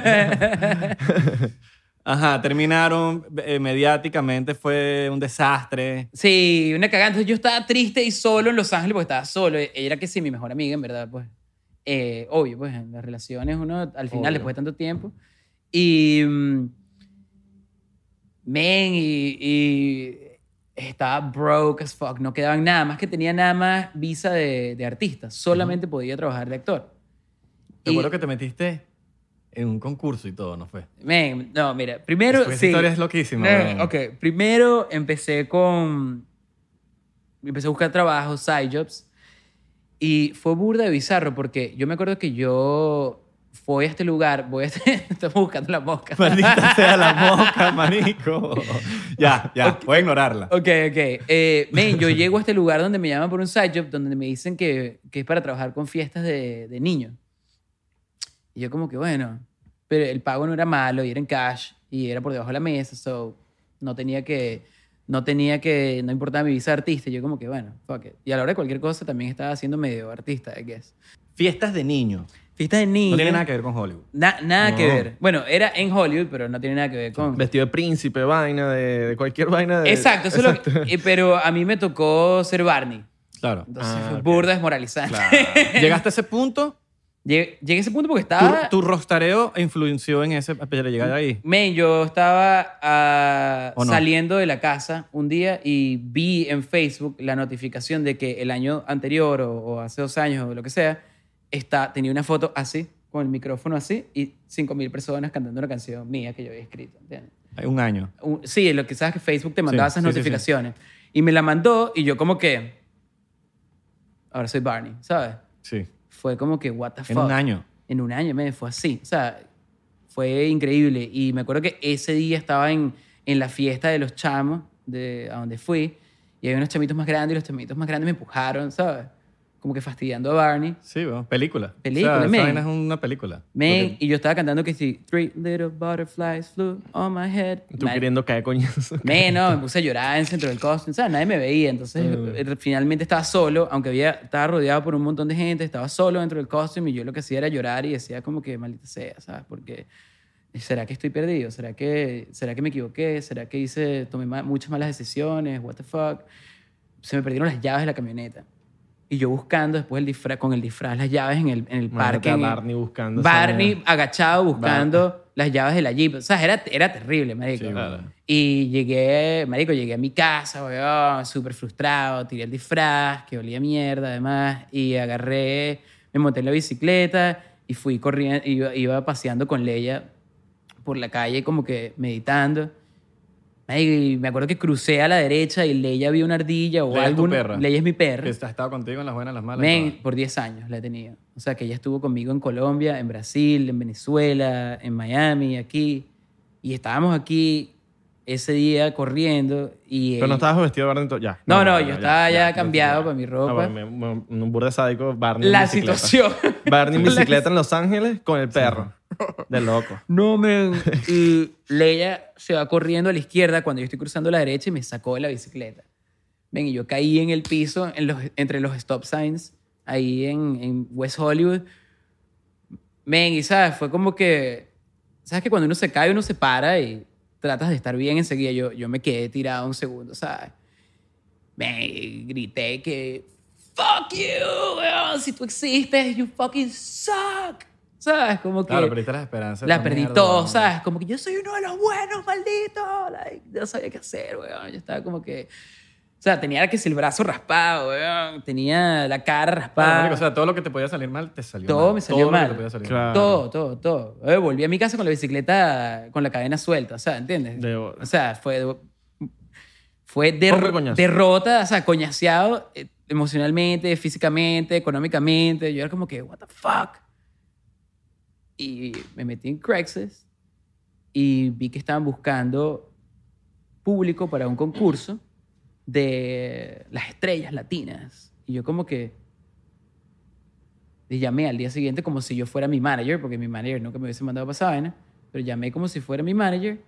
B: *laughs* Ajá, terminaron eh, mediáticamente, fue un desastre.
C: Sí, una cagada. Entonces yo estaba triste y solo en Los Ángeles porque estaba solo. Ella era que sí, mi mejor amiga, en verdad, pues. Eh, obvio, pues en las relaciones uno al final,
B: Obvio.
C: después de tanto tiempo. Y. mm, Men, y, y estaba broke as fuck. No quedaban nada más que tenía nada más visa de, de artista. Solamente podía trabajar de actor.
B: Te
C: Y-
B: acuerdo que te metiste en un concurso y todo, ¿no fue?
C: Men, no, mira, primero.
B: Esa
C: sí.
B: historia es loquísima.
C: Eh,
B: weón.
C: ok, primero empecé con. Empecé a buscar trabajo, side jobs. Y fue burda de bizarro porque yo me acuerdo que yo fui a este lugar, voy a *laughs* este- estamos buscando la mosca.
B: *laughs* Maldita sea la mosca, marico. Ya, ya, voy a ignorarla.
C: Ok, ok. Eh, men, yo llego a este lugar donde me llaman por un side job, donde me dicen que, que es para trabajar con fiestas de, de niños. Y yo como que, bueno, pero el pago no era malo y era en cash y era por debajo de la mesa, so no tenía que, no tenía que, no importaba mi visa de artista, yo como que bueno, fuck it. Y a la hora de cualquier cosa también estaba siendo medio artista, I guess.
B: Fiestas de niños.
C: Fiestas de niños.
B: No tiene nada que ver con Hollywood.
C: Na- nada que
B: No.
C: ver. Bueno, era en Hollywood, pero no tiene nada que ver con...
A: Vestido de príncipe, vaina, de, de cualquier vaina. De,
C: Exacto, eso es lo que-
A: Exacto.
C: eh, pero a mí me tocó ser Barney.
B: Claro.
C: *laughs* Entonces
A: Ah,
C: fue
A: ok.
C: burda desmoralizante.
B: Llegaste a ese punto,
C: *laughs* Llegué, llegué a ese punto porque
B: tu,
C: estaba...
B: tu rostareo influenció en ese para
C: Mm.
B: llegar ahí.
C: Men, yo estaba ah,
B: ¿O no?
C: saliendo de la casa un día y vi en Facebook la notificación de que el año anterior o, o hace dos años o lo que sea, está, tenía una foto así, con el micrófono así y 5.000 personas cantando una canción mía que yo había escrito. ¿entiendes?
B: Un año.
C: Un- sí, lo que sabes que Facebook te mandaba
B: Sí,
C: esas
B: sí, sí, sí.
C: notificaciones. Y me la mandó y yo como que... Ahora soy Barney, ¿sabes?
B: Sí.
C: Fue como que, what the fuck.
B: En un año.
C: En un año, me fue así. O sea, fue increíble. Y me acuerdo que ese día estaba en, en la fiesta de los chamos, de, a donde fui, y había unos chamitos más grandes y los chamitos más grandes me empujaron, ¿sabes? Como que fastidiando a Barney.
B: Sí, weón. película.
C: Película,
B: O sea,
C: men.
B: esa vaina es una película.
C: Men,
B: Porque-
C: y yo estaba cantando que sí, Three little butterflies flew on my head.
A: Tú
C: Man-
A: queriendo caer coñazo.
C: Men, no, me puse a llorar en el centro del costume, ¿sabes? Nadie me veía, entonces eh, finalmente estaba solo, aunque había, estaba rodeado por un montón de gente, estaba solo dentro del costume y yo lo que hacía era llorar y decía como que maldita sea, ¿sabes? Porque ¿será que estoy perdido? ¿Será que, será que me equivoqué? ¿Será que hice, tomé ma- muchas malas decisiones? ¿What the fuck? Se me perdieron las llaves de la camioneta. Y yo buscando después el disfraz, con el disfraz las llaves en el, en el
A: Imagínate
C: parque.
A: a
C: en el-
A: Barney buscando. esa
C: Barney
A: vaina.
C: agachado buscando las llaves de la Jeep. O sea, era, era terrible, marico.
B: Sí, claro.
C: Y llegué, marico, llegué a mi casa, weón, súper frustrado. Tiré el disfraz, que olía mierda además. Y agarré, me monté en la bicicleta y fui corriendo, iba, iba paseando con Leia por la calle como que meditando. Marico, y me acuerdo que crucé a la derecha y Leia vio una ardilla o
B: Leia es tu
C: algo.
B: perra.
C: Leia es mi perra.
B: Que ha estado contigo en las buenas, las malas.
C: Men,
B: todo.
C: por 10 años la he tenido. O sea, que ella estuvo conmigo en Colombia, en Brasil, en Venezuela, en Miami, aquí. Y estábamos aquí ese día corriendo y...
A: Pero no estabas vestido de Barney. entonces- Ya.
C: No, no, yo estaba ya Ah, cambiado
A: con
C: con mi ropa.
A: un burde sádico, Barney. en
C: la
A: bicicleta.
C: situación.
A: Barney
C: *laughs*
A: en bicicleta en Los Ángeles con el perro. De loco.
C: No, men. Y *laughs* Leia se va corriendo a la izquierda cuando yo estoy cruzando a la derecha y me sacó de la bicicleta. Ven, y yo caí en el piso en los, entre los stop signs ahí en, en West Hollywood. Men, y sabes, fue como que... ¿Sabes que cuando uno se cae, uno se para y tratas de estar bien enseguida? Yo, yo me quedé tirado un segundo, ¿sabes? Men, y grité que... ¡Fuck you! weón! Si tú existes, you fucking suck. ¿Sabes? Como que...
B: Claro, perdiste las esperanzas.
C: La
B: esta
C: perdí
B: mierda,
C: todo,
B: weón.
C: ¿sabes? Como que yo soy uno de los buenos, maldito. Like, no sabía qué hacer, weón. Yo estaba como que. O sea, tenía que si el brazo raspado, weón. Tenía la cara
B: Claro,
C: raspada.
B: marico, o sea, todo lo que te podía salir mal, te salió
C: Todo
B: mal.
C: me salió
B: Todo lo que
C: mal.
B: te podía salir
A: Claro.
B: mal.
C: Todo, todo, todo. Eh, volví a mi casa con la bicicleta, con la cadena suelta, o sea, ¿entiendes?
A: De bola.
C: o sea, fue, fue der-
A: Hombre coñazo.
C: derrota, o sea, coñaseado eh, emocionalmente, físicamente, económicamente. Yo era como que, what the fuck. Y me metí en Craigslist y vi que estaban buscando público para un concurso de las estrellas latinas. Y yo como que le llamé al día siguiente como si yo fuera mi manager, porque mi manager nunca me hubiese mandado pasada vaina, pero llamé como si fuera mi manager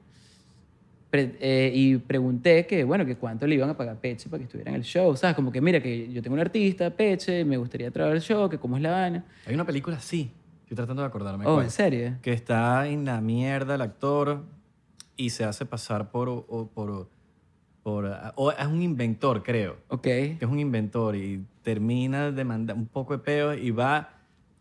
C: pre- eh, y pregunté que, bueno, que cuánto le iban a pagar a Peche para que estuviera en el show. ¿Sabes? Como que, mira, que yo tengo un artista, Peche, me gustaría traer el show, que cómo es la vaina.
B: Hay una película así. Estoy tratando de acordarme.
C: Oh,
B: cuál.
C: ¿en serio?
B: Que está en la mierda el actor y se hace pasar por... o- o- por, por o es un inventor, creo.
C: Ok.
B: que es un inventor y termina de mandar un poco de peo y va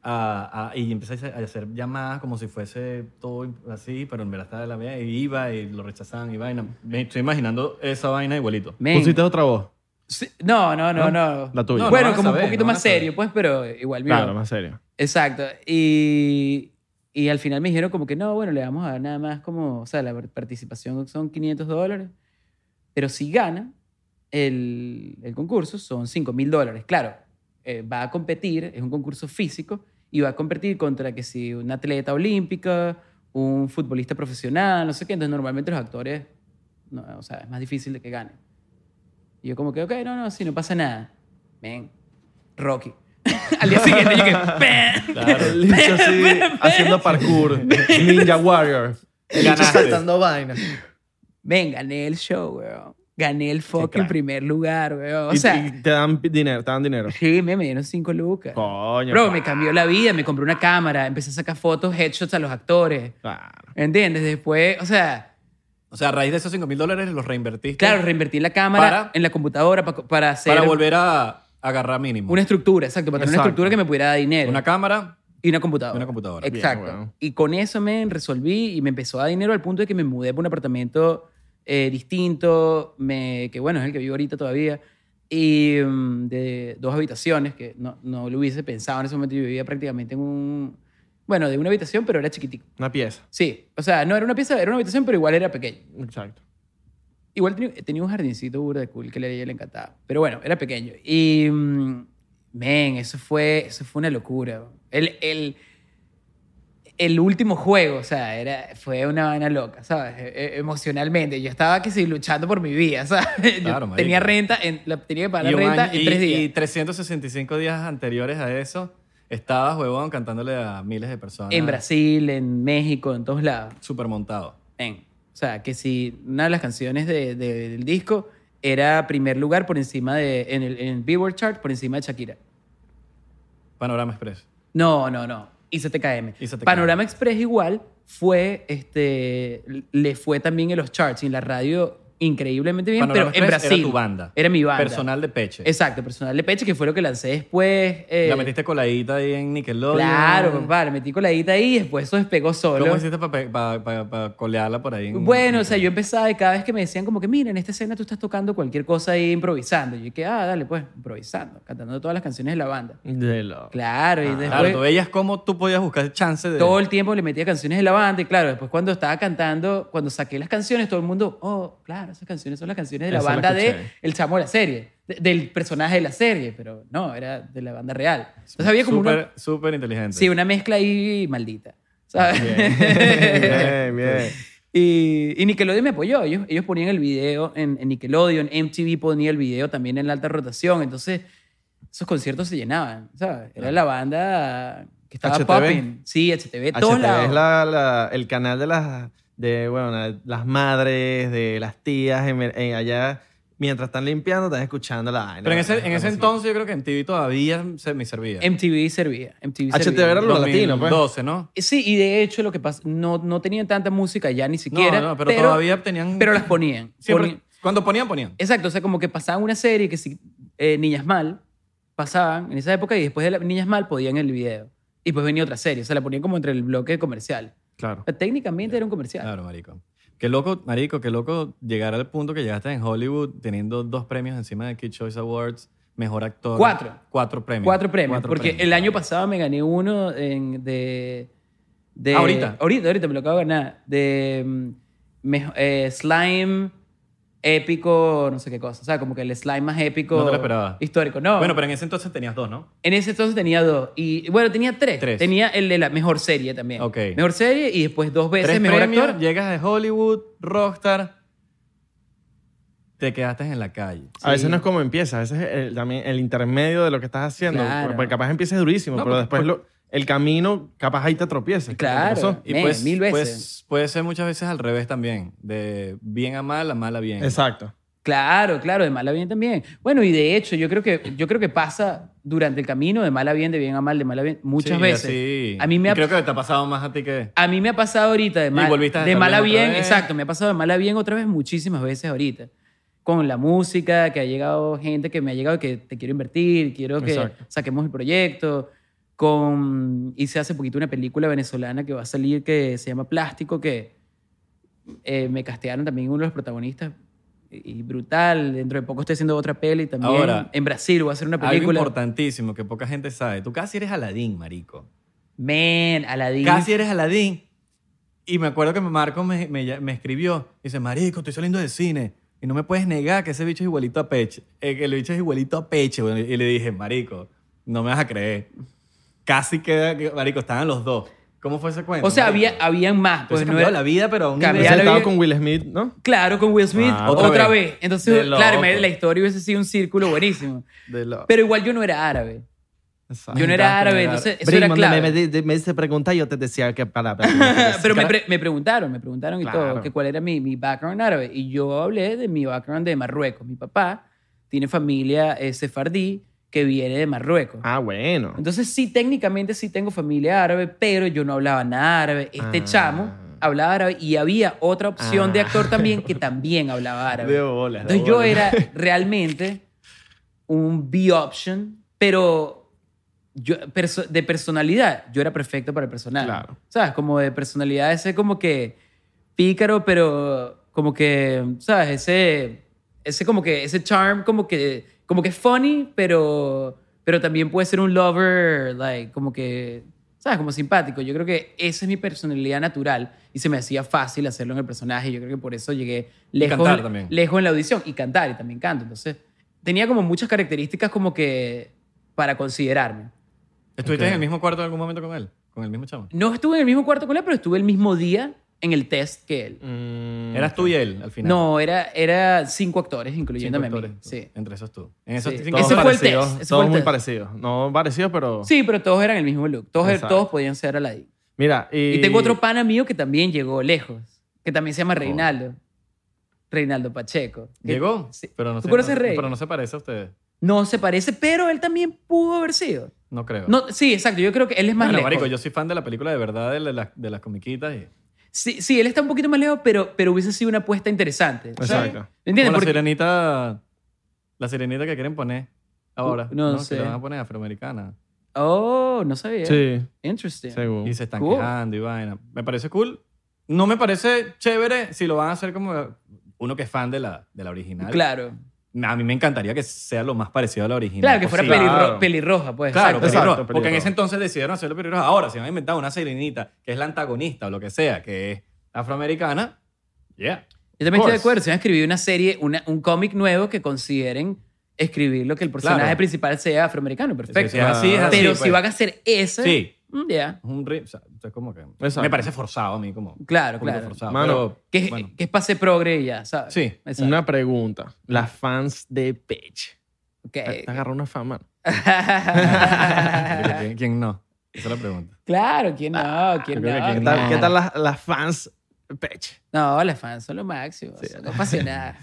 B: a, a- y empieza a hacer- a hacer llamadas como si fuese todo así, pero en verdad estaba de la vea y iba y lo rechazaban y vaina. Me estoy imaginando esa vaina igualito.
C: Men.
A: Pusiste otra voz.
C: Sí, No, no, no, no.
A: La tuya. No, no
C: bueno,
B: van a
C: como un
B: saber,
C: poquito
B: no van
C: más
B: a saber.
C: serio, pues, pero igual mira.
A: Claro, más serio.
C: Exacto. Y, y al final me dijeron como que no, bueno, le vamos a dar nada más como, o sea, la participación son 500 dólares, pero si gana el, el concurso son 5 mil dólares. Claro, eh, va a competir, es un concurso físico, y va a competir contra que si un atleta olímpica, un futbolista profesional, no sé qué, entonces normalmente los actores, no, o sea, es más difícil de que ganen. Y yo como que, ok, no, no, sí, no pasa nada. Ven, Rocky. *laughs* Al día siguiente yo que... "Pe". *laughs*
A: El bicho así, haciendo parkour. Ninja
C: *laughs*
A: Warrior.
B: Ganaste.
E: saltando vainas.
C: Ven, gané el show, weón. Gané el fucking
A: crack.
C: primer lugar, weón. O
A: Y-
C: sea,
A: y te dan pi- dinero, te dan dinero.
C: sí, me me dieron cinco lucas.
A: Coño.
C: Bro,
A: pa-
C: me cambió la vida, me compré una cámara, empecé a sacar fotos, headshots a los actores.
A: Claro.
C: ¿Entiendes? Después, o sea,
B: O sea, a raíz de esos 5 mil dólares los reinvertiste.
C: claro, reinvertí en la cámara,
B: Para-
C: en la computadora pa- para hacer
B: Para volver a agarrar mínimo.
C: una estructura, exacto, para tener una
A: Exacto.
C: estructura que me pudiera dar dinero.
B: Una cámara.
C: y una computadora.
B: y una computadora.
C: Exacto.
A: Bien, weón.
C: Y con eso me resolví y me empezó a dar dinero al punto de que me mudé por un apartamento eh, distinto, me, que bueno, es el que vivo ahorita todavía, y mm, de dos habitaciones, que no, no lo hubiese pensado en ese momento, yo vivía prácticamente en un... Bueno, de una habitación, pero era chiquitico.
A: Una pieza.
C: Sí, o sea, no era una pieza, era una habitación, pero igual era pequeña.
A: Exacto.
C: Igual tenía, tenía un jardincito burda de cool que a ella le encantaba. Pero bueno, era pequeño. Y, mm, men, eso fue, eso fue una locura. El, el, el último juego, o sea, era, fue una vaina loca, ¿sabes? E- e- emocionalmente. Yo estaba que sí, luchando por mi vida, *laughs* ¿sabes? Yo
B: Claro, marico.
C: tenía renta, en, la, tenía que pagar
B: y
C: la
B: un
C: renta
B: año-
C: en
B: y-
C: tres días.
B: Y 365 días anteriores a eso, estabas huevón cantándole a miles de personas.
C: en Brasil, en México, en todos lados.
B: Super montado.
C: Men, O sea, que si una de las canciones de- de- del disco era primer lugar por encima de, en el, en el Billboard Chart, por encima de Shakira.
B: Panorama Express.
C: No, no, no. IZTKM.
B: IZTKM.
C: Panorama Express igual fue, este, le fue también en los charts y en la radio increíblemente bien,
B: Panorama
C: pero en
B: Express
C: Brasil.
B: Era tu banda.
C: Era mi banda.
B: Personal de peche.
C: Exacto, personal de pecho, que fue lo que lancé después. eh,
B: La metiste coladita ahí en Nickelodeon.
C: Claro, papá, le metí coladita ahí y después eso despegó solo.
B: ¿Cómo hiciste para colearla por ahí? en-
C: Bueno, o sea, yo empezaba y cada vez que me decían como que, mira, en esta escena tú estás tocando cualquier cosa ahí improvisando. Yo dije, ah, dale, pues, improvisando, cantando todas las canciones de la banda.
A: De lo.
C: Claro, y después...
B: Ah, Claro, tú veías cómo tú podías buscar chance de...
C: Todo el tiempo le metía canciones de la banda y claro, después cuando estaba cantando, cuando saqué las canciones, todo el mundo, oh, claro, esas canciones son las canciones de la
A: Esa la
C: banda de
A: escuché.
C: El Chamo de la serie, de- del personaje de la serie, pero no, era de la banda real. Entonces había como
B: súper,
C: una,
B: Súper inteligente.
C: sí, una mezcla ahí maldita, ¿sabes?
A: *laughs* Bien, bien.
C: *laughs* y, y Nickelodeon me apoyó, ellos, ellos ponían el video en, en Nickelodeon, MTV ponía el video también en la alta rotación, entonces esos conciertos se llenaban, ¿sabes? Era la banda que estaba
A: HTV.
C: popping. Sí, HTV, todos
A: HTV
C: lados.
A: es la- la- el canal de las, de, bueno, la- las madres, de las tías en, en allá. Mientras están limpiando, están escuchando la vaina.
B: Pero en ese, en
A: La
B: ese
A: música.
B: entonces yo creo que en TV todavía se me servía.
C: MTV servía. MTV
A: HTV
C: servía. Eh,
A: era lo latino, pues.
B: 2012, ¿no?
C: Sí, y de hecho lo que pasa, no, no tenían tanta música ya ni siquiera.
B: no, pero todavía tenían-
C: Pero las ponían.
B: Siempre-
C: Ponían-
B: Cuando ponían, ponían.
C: exacto, o sea, como que pasaban una serie que si eh, Niñas Mal pasaban en esa época y después de la- Niñas Mal podían el video. Y pues venía otra serie, o sea, la ponían como entre el bloque comercial.
A: Claro.
C: Pero técnicamente era un comercial.
B: Claro, marico. Qué loco, marico, qué loco llegar al punto que llegaste en Hollywood teniendo dos premios encima de Kid Choice Awards, mejor actor.
C: Cuatro.
B: Cuatro premios.
C: Cuatro premios, porque
B: premios.
C: el año pasado me gané uno en- de, de-
B: Ah, ahorita.
C: Ahorita, ahorita me lo acabo de ganar. De mm, mejo- eh, slime épico, no sé qué cosa. O sea, como que el slime más épico.
B: No te lo esperaba.
C: Histórico, no.
B: Bueno, pero en ese entonces tenías dos, ¿no?
C: En ese entonces tenía dos. Y bueno, tenía tres.
B: Tres.
C: Tenía el de la mejor serie también.
B: Ok.
C: Mejor serie y después dos veces
B: Tres
C: mejor
B: premios,
C: actor.
B: llegas de Hollywood, rockstar, te quedaste en la calle.
A: A veces no es como empieza, a veces es el, también el intermedio de lo que estás haciendo.
C: Claro. pues,
A: Porque capaz empieces durísimo,
B: No,
A: pero
B: porque-
A: después lo- el camino, capaz ahí te tropiezas.
C: Claro.
A: ¿Qué pasó?
B: Y
C: Man,
B: pues,
C: mil veces.
B: pues, puede ser muchas veces al revés también, de bien a mal, a mal a bien.
A: Exacto.
C: Claro, claro, de mal a bien también. Bueno, y de hecho, yo creo que, yo creo que pasa durante el camino de mal a bien, de bien a mal, de mal a bien, muchas
B: Sí,
C: veces.
B: así.
C: A mí me
B: Y
C: ha,
B: Creo que te ha pasado más a ti que...
C: a mí me ha pasado ahorita de mal,
B: volviste a
C: de
B: estar
C: mal a
B: bien otra
C: bien,
B: vez.
C: exacto, me ha pasado de mal a bien otra vez muchísimas veces ahorita. Con la música, que ha llegado gente que me ha llegado que te quiero invertir, quiero que
A: Exacto.
C: saquemos el proyecto. Con, hice hace poquito una película venezolana que va a salir que se llama Plástico, que eh, me castearon también uno de los protagonistas. Y y brutal, dentro de poco estoy haciendo otra peli también.
B: Ahora,
C: en Brasil voy a hacer una
B: Algo
C: película.
B: importantísimo que poca gente sabe. Tú casi eres Aladín, marico.
C: Men, Aladdin.
B: Casi eres Aladín. Y me acuerdo que Marco me, me- me escribió. Dice, marico, estoy saliendo de cine. Y no me puedes negar que ese bicho es igualito a Peche. Eh, que el bicho es igualito a Peche. güey. Y le dije, marico, no me vas a creer. Casi queda... que- Marico, estaban los dos. ¿Cómo fue ese cuento?
C: O sea,
B: marico?
C: había, habían más.
B: Pues
C: Pues no
B: cambiado
C: era,
B: la vida, pero a un nivel-
C: Cambió
A: Hubiese
C: la
A: estado
C: vida-
A: con Will Smith, ¿no?
C: Claro, con Will Smith
A: Ah,
C: otra,
B: otra
C: vez.
B: vez.
C: Entonces,
B: De
C: claro,
B: loco.
C: la historia hubiese sido un círculo buenísimo.
A: De lo-
C: Pero igual yo no era árabe. Yo no era árabe, entonces eso era clave.
A: me, me, me se pregunta, yo te decía qué palabra.
C: *laughs* Pero me, pre- me preguntaron, me preguntaron y
A: Claro.
C: todo, que cuál era mi, mi background árabe. Y yo hablé de mi background de Marruecos. Mi papá tiene familia eh, sefardí que viene de Marruecos.
A: Ah, bueno.
C: Entonces sí, técnicamente sí tengo familia árabe, pero yo no hablaba nada árabe. Este
A: Ah.
C: chamo hablaba árabe y había otra opción de
A: Ah.
C: actor también que también hablaba árabe.
B: De bola.
C: Entonces yo era realmente un B-option, pero yo, perso- de personalidad, yo era perfecto para el personal.
A: Claro.
C: ¿Sabes? Como de personalidad, ese como que pícaro, pero como que, ¿sabes? Ese, ese como que, ese charm como que, como que funny, pero, pero también puede ser un lover, like, como que, ¿sabes? Como simpático. Yo creo que esa es mi personalidad natural y se me hacía fácil hacerlo en el personaje. Yo creo que por eso llegué lejos,
B: cantar también.
C: lejos en la audición y cantar, y también canto. Entonces, tenía como muchas características como que para considerarme.
B: ¿Estuviste en el mismo cuarto en algún momento con él? ¿Con el mismo chamo?
C: No estuve en el mismo cuarto con él, pero estuve el mismo día en el test que él.
A: Mm,
B: ¿Eras tú y él al final?
C: No, era, era cinco actores,
B: Cinco
C: incluyéndome a
B: actores,
C: mí. Sí.
B: Entre esos tú. En esos
C: Sí.
B: cinco
C: Ese fue el
A: parecidos,
C: test, ese fue
A: Todos
C: el
A: muy
C: test.
A: parecidos. No parecidos, pero.
C: sí, pero todos eran el mismo look. Todos,
A: Exacto.
C: todos podían ser Aladdin.
A: Mira, y.
C: Y tengo otro pana mío que también llegó lejos, que también se llama Reinaldo. Reinaldo Pacheco. Que
B: ¿Llegó?
C: Sí.
B: Pero no
C: ¿Tú
B: se-
C: conoces
B: no-
C: Rey?
B: Pero no se parece a ustedes.
C: No se parece, pero él también pudo haber sido.
B: No creo.
C: No, sí, exacto. Yo creo que él es más
B: Bueno,
C: lejos.
B: marico, yo soy fan de la película de verdad, de, las- de las comiquitas. Y,
C: Sí, sí, él está un poquito más lejos, pero, pero hubiese sido una apuesta interesante. O sea,
A: Exacto.
C: ¿Me entiendes?
B: como la
C: Porque-
B: sirenita... La sirenita que quieren poner ahora.
C: Uh, no
B: que
C: sé.
B: La van a poner afroamericana.
C: Oh, no sabía.
A: Sí,
C: Interesting.
A: seguro.
B: Y se están
C: Cool.
B: quejando y vaina. Me parece cool. No me parece chévere si lo van a hacer como uno que es fan de la, de la original.
C: Claro.
B: A mí me encantaría que sea lo más parecido a la original.
C: Claro, que fuera
B: posible.
C: pelirro-
A: Claro.
C: pelirroja, pues.
B: Claro,
C: exacto.
A: pelirroja.
B: pelirroja,
A: pelirroja.
B: Porque en ese entonces decidieron hacerlo pelirroja. Ahora, si han inventado una sirenita que es la antagonista o lo que sea, que es afroamericana, yeah.
C: Yo también estoy de
B: course.
C: acuerdo. Si van a escribir una serie, una- un cómic nuevo que consideren escribir lo que el personaje
B: Claro.
C: principal sea afroamericano, perfecto. Ah.
B: Si es así, es así.
C: Pero si
B: pues.
C: van a hacer ese,
B: Sí.
C: mm, ya.
B: Es un ri- o sea, es como que...
A: Exacto.
B: Me parece forzado a mí, como...
C: Claro,
B: un poquito
C: claro.
B: forzado,
A: Mano,
B: pero,
C: Que, es-
B: bueno.
C: que es pase progre y ya, ¿sabes? *laughs*
B: Sí.
C: Exacto.
A: Una pregunta. Las fans de Pech.
B: *laughs*
C: Ok. *laughs*
A: Te te agarró una fama.
B: Marico, ¿quién- ¿Quién no? Esa es la pregunta.
C: claro, ¿quién no? ¿Quién
B: yo creo que
C: no?
B: quién
A: ¿Qué tal,
C: Ah, Claro.
A: qué tal las, las fans
C: *laughs*
A: Pech?
C: No, las fans son lo máximo. son apasionadas.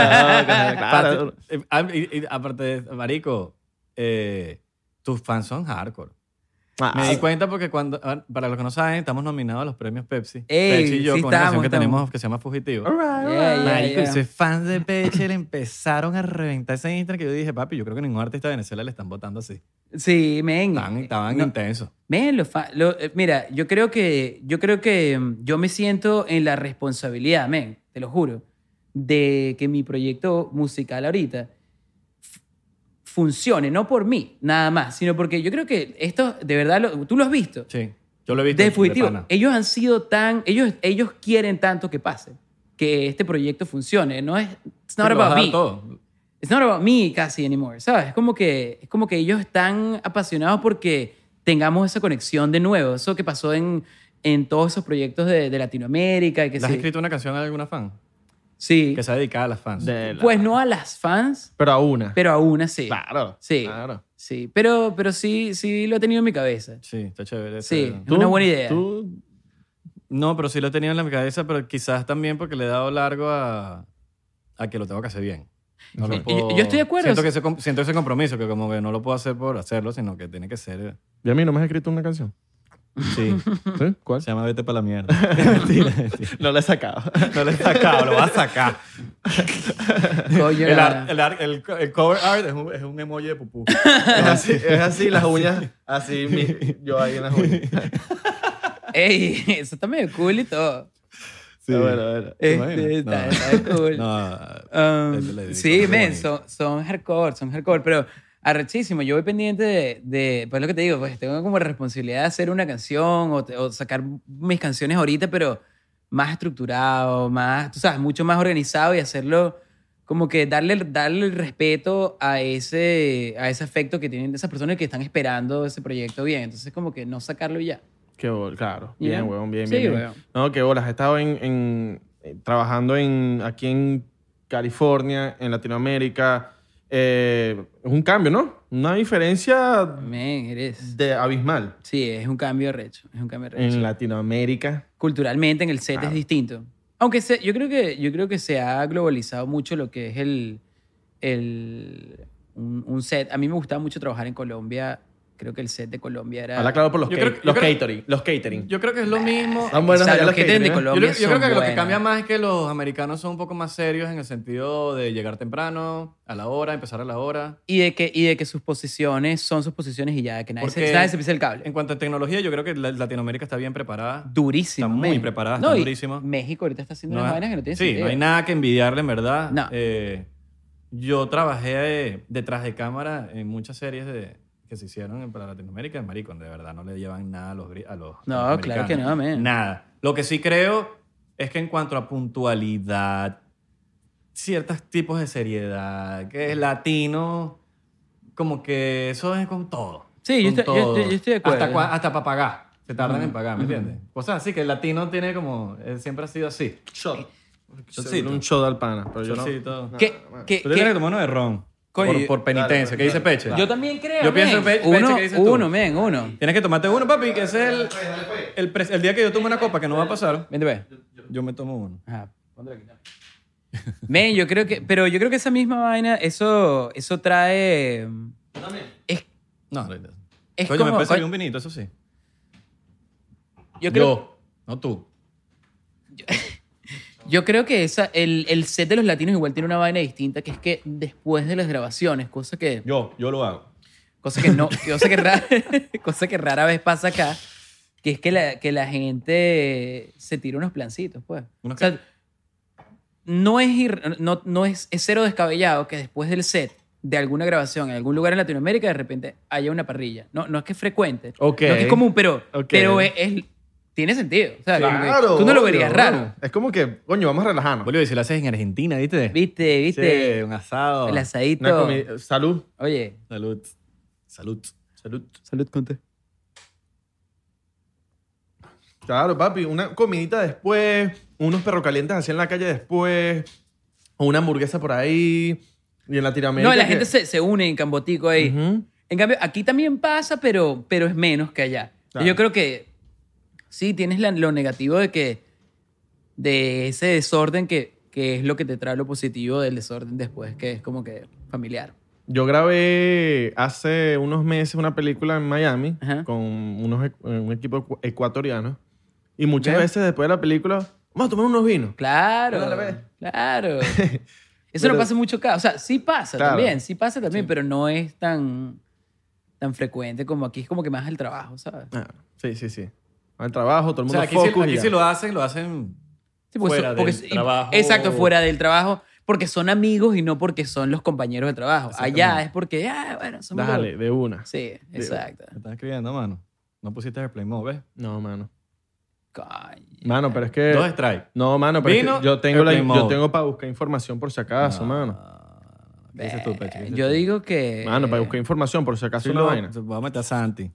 A: Claro.
B: Aparte, eh, ah, y- y aparte de, marico, eh, tus fans son hardcore.
C: Ah.
B: Me di cuenta porque cuando, ah, para los que no saben, estamos nominados a los premios Pepsi.
C: Ey,
B: Pepsi y yo
C: sí
B: con una canción
C: estamos,
B: que tenemos
C: estamos.
B: que se llama Fugitivo.
C: Yeah, yeah,
B: Marico,
C: yeah.
B: y soy fan de Peche, le empezaron a reventar ese Instagram que yo dije, papi, yo creo que ningún artista de Venezuela le están votando así.
C: Sí, men.
B: Estaban, estaban
C: No,
B: intensos.
C: men, los fa- lo- eh, mira, yo creo que yo creo que mm, yo me siento en la responsabilidad, men, te lo juro, de que mi proyecto musical ahorita f- funcione, no por mí, nada más, sino porque yo creo que esto, de verdad, lo- tú lo has visto.
B: Sí, yo lo he visto.
C: de fugitivo.
B: pana.
C: ellos han sido tan, ellos, ellos quieren tanto que pase, que este proyecto funcione. No es, it's not
B: Sí, lo vas a
C: about
B: dar
C: me.
B: todo.
C: It's not about me casi anymore, ¿sabes? Es como que, es como que ellos están apasionados porque tengamos esa conexión de nuevo. Eso que pasó en, en todos esos proyectos de, de Latinoamérica. Y que
B: ¿Le has
C: sí.
B: escrito una canción a alguna fan?
C: Sí.
B: Que sea dedicada a las fans.
A: De la-
C: Pues no a las fans,
A: Pero a una.
C: pero a una sí.
A: Claro.
C: Sí.
A: Claro.
C: Sí, pero, pero sí, sí lo he tenido en mi cabeza.
B: Sí, está chévere. está
C: Sí,
B: chévere.
C: es una buena idea.
A: Tú,
B: No, pero sí lo he tenido en la cabeza, pero quizás también porque le he dado largo a, a que lo tengo que hacer bien. No lo
C: Y- y-
B: puedo-
C: yo estoy de acuerdo.
B: Siento, que ese, com- siento ese compromiso, que como que no lo puedo hacer por hacerlo, sino que tiene que ser...
A: y a mí no me has escrito una canción.
C: *laughs*
B: Sí,
A: ¿Sí? ¿Cuál?
D: Se llama Vete para la
B: *laughs*
D: mierda. Mentira, mentira.
A: No la he sacado.
B: no lo he sacado, lo vas a sacar. *laughs*
C: Coño,
B: El,
C: la-
B: ar- el ar- el co- el cover art es un, es un emoji de pupú.
A: Es así, *laughs* es así, las uñas. Así, mi- yo ahí en las uñas.
C: Ey, *laughs* eso está medio cool y todo.
A: Sí. Bueno, bueno.
B: ¿Te
C: Este, está,
B: imaginas?
C: está cool.
B: No,
C: Um,
B: Ahí te la dedico,
C: sí,
B: qué
C: men,
B: bonito.
C: son, son hardcore, son hardcore, pero arrechísimo. Yo voy pendiente de, de- pues lo que te digo, pues tengo como responsabilidad de hacer una canción o, te- o sacar mis canciones ahorita, pero más estructurado, más, tú sabes, mucho más organizado y hacerlo como que darle, darle el respeto a ese, a ese afecto que tienen de esas personas que están esperando ese proyecto bien. Entonces, como que no sacarlo ya.
A: Qué bol, claro.
C: Ya.
A: Bien, huevón, bien,
C: Sí,
A: bien. bien.
C: huevón.
A: No, qué bolas. He estado en, en- eh, trabajando en, aquí en California, en Latinoamérica. Eh, es un cambio, ¿no? Una diferencia
C: Man, eres.
A: de abismal.
C: Sí, es un cambio recho. Es un cambio recho.
A: En Latinoamérica.
C: Culturalmente en el set es distinto. Aunque se- yo, creo que, yo creo que se ha globalizado mucho lo que es el, el un, un set. A mí me gustaba mucho trabajar en Colombia. Creo que el set de Colombia era...
A: Habla claro por los,
B: Yo
A: ca-
B: creo que- yo
A: los
B: creo-
A: catering. Los catering.
B: Yo creo que es lo mismo.
A: Están
C: O
A: buenos
C: sea,
A: allá
C: los
A: los
C: que tienen de
A: catering, ¿eh?
B: Yo,
C: Colombia
B: creo- yo creo
C: son
B: que lo que
C: buenos.
B: cambia más es que los americanos son un poco más serios en el sentido de llegar temprano, a la hora, empezar a la hora.
C: Y de, que, y de que sus posiciones son sus posiciones y ya, que nadie, se,
B: Porque-
C: nadie se pisa el cable.
B: En cuanto a tecnología, yo creo que la- Latinoamérica está bien preparada.
C: Durísimo.
B: Está muy
C: men.
B: preparada,
C: No,
B: está
C: y
B: durísima.
C: México ahorita está haciendo
B: No
C: unas
B: hay-
C: vainas que no tienen
B: sí,
C: sentido.
B: no hay nada que envidiarle, en verdad.
C: No.
B: Eh, yo trabajé eh, detrás de cámara en muchas series de, que se hicieron para Latinoamérica. Marico, de verdad, no le llevan nada a los... gri- A los
C: No,
B: a los
C: claro
B: americanos.
C: que no, eh. man.
B: Nada. Lo que sí creo es que en cuanto a puntualidad, ciertos tipos de seriedad, que es latino, como que eso es con todo.
C: Sí, yo
B: Con
C: estoy- yo
B: todo.
C: estoy- yo estoy de acuerdo.
B: Hasta, cua- hasta para pagar. Se tardan en pagar, ¿me entiendes? O sea, sí, que el latino tiene como... eh, siempre ha sido así.
A: Shot.
B: Shotcito.
A: Un shot al pana. Pero yo no.
B: Chorcito.
C: ¿Qué- qué-
B: Tú tienes
C: qué-
B: que tomar uno de ron.
C: Coño,
B: por,
C: yo-
B: por
A: Claro,
B: penitencia. ¿Qué dice
A: claro,
B: Peche?
C: Yo también creo,
B: Yo pienso,
C: men.
B: Pe- Peche,
C: uno,
B: ¿qué dices tú?
C: uno, men, uno.
B: Tienes que tomarte uno, papi, que ese es el, el, pres- el día que yo tome una copa, que no va a pasar.
C: Vente, ve.
B: Yo me tomo uno.
C: Ajá. *laughs* Men, yo creo que, pero yo creo que esa misma vaina, eso, eso trae, es,
B: No, ahorita.
C: es
B: Coño, me
C: como,
B: puede servir
C: coño,
B: un vinito, eso sí.
C: yo creo,
B: no tú.
C: yo creo que esa, el, el set de los latinos igual tiene una vaina distinta, que es que después de las grabaciones, cosa que,
B: Yo, yo lo hago.
C: cosa que no, cosa que rara, *laughs* cosa que rara vez pasa acá, que es que la, que la gente se tira unos plancitos, pues.
B: ¿Unos
C: O sea, no es, ir- no, no es, es cero descabellado que después del set de alguna grabación en algún lugar en Latinoamérica de repente haya una parrilla. No, no es que es frecuente.
A: Ok.
C: No es que es común, pero,
A: Ok.
C: pero es, es- tiene sentido. O sea, como que
A: Claro.
C: tú no lo
A: obvio,
C: verías
A: bro.
C: raro.
A: Es como que, coño, vamos a relajarnos.
B: Boludo, y si lo haces en Argentina, ¿viste?
C: Viste, viste.
B: Sí, un asado.
C: El
A: Una
C: asadito.
A: comi- Salud.
C: Oye.
B: Salud. Salud. Salud.
C: Salud, Conte.
A: Claro, papi. Una comidita después, unos perros calientes así en la calle después, o una hamburguesa por ahí. Y en Latinoamérica.
C: No, la
A: que-
C: gente se, se une en Cambotico ahí.
A: Ujú.
C: En cambio, aquí también pasa, pero, pero es menos que allá.
A: Claro.
C: Yo creo que sí, tienes la- lo negativo de que de ese desorden que, que es lo que te trae lo positivo del desorden después, que es como que familiar.
A: Yo grabé hace unos meses una película en Miami
C: Ajá.
A: con unos, e- un equipo ecu- ecuatoriano. Y muchas
C: Ok.
A: veces después de la película, vamos a tomar unos vinos.
C: Claro,
A: Pero a la vez. *laughs*
C: claro. Eso
A: Pero-
C: no pasa mucho acá. O sea, sí pasa
A: Claro.
C: también, sí pasa también, pero no es tan, tan frecuente como aquí. Es como que más el trabajo, ¿sabes?
A: Ah, sí, sí, sí. Al trabajo, todo el
B: O
A: mundo
B: sea, aquí,
A: focus
B: si,
A: y
B: aquí
A: ya.
B: si lo hacen, lo hacen...
C: Sí, porque
B: Fuera
C: son- porque
B: del
C: son-
B: trabajo.
C: Exacto, fuera del trabajo. Porque son amigos y no porque son los compañeros de trabajo. Allá es porque, ah, bueno, somos.
A: Dale, de una.
C: Sí, exacto.
B: Me están escribiendo, mano. No pusiste el play mode, ¿ves?
A: No, mano.
C: Coño.
A: Mano, pero es que...
B: Dos strikes.
A: No, mano, pero es que
B: Vino,
A: yo tengo, la,
B: airplane
A: yo
B: mode.
A: tengo para buscar información por si acaso, mano.
B: Ah, ¿Qué dices tú, Peche? pues, ¿Qué dices
C: Eh, Yo
B: tú?
C: digo que.
A: Mano, para buscar información por si acaso
B: Sí,
A: una
B: lo-
A: vaina.
B: Voy a meter a Santi.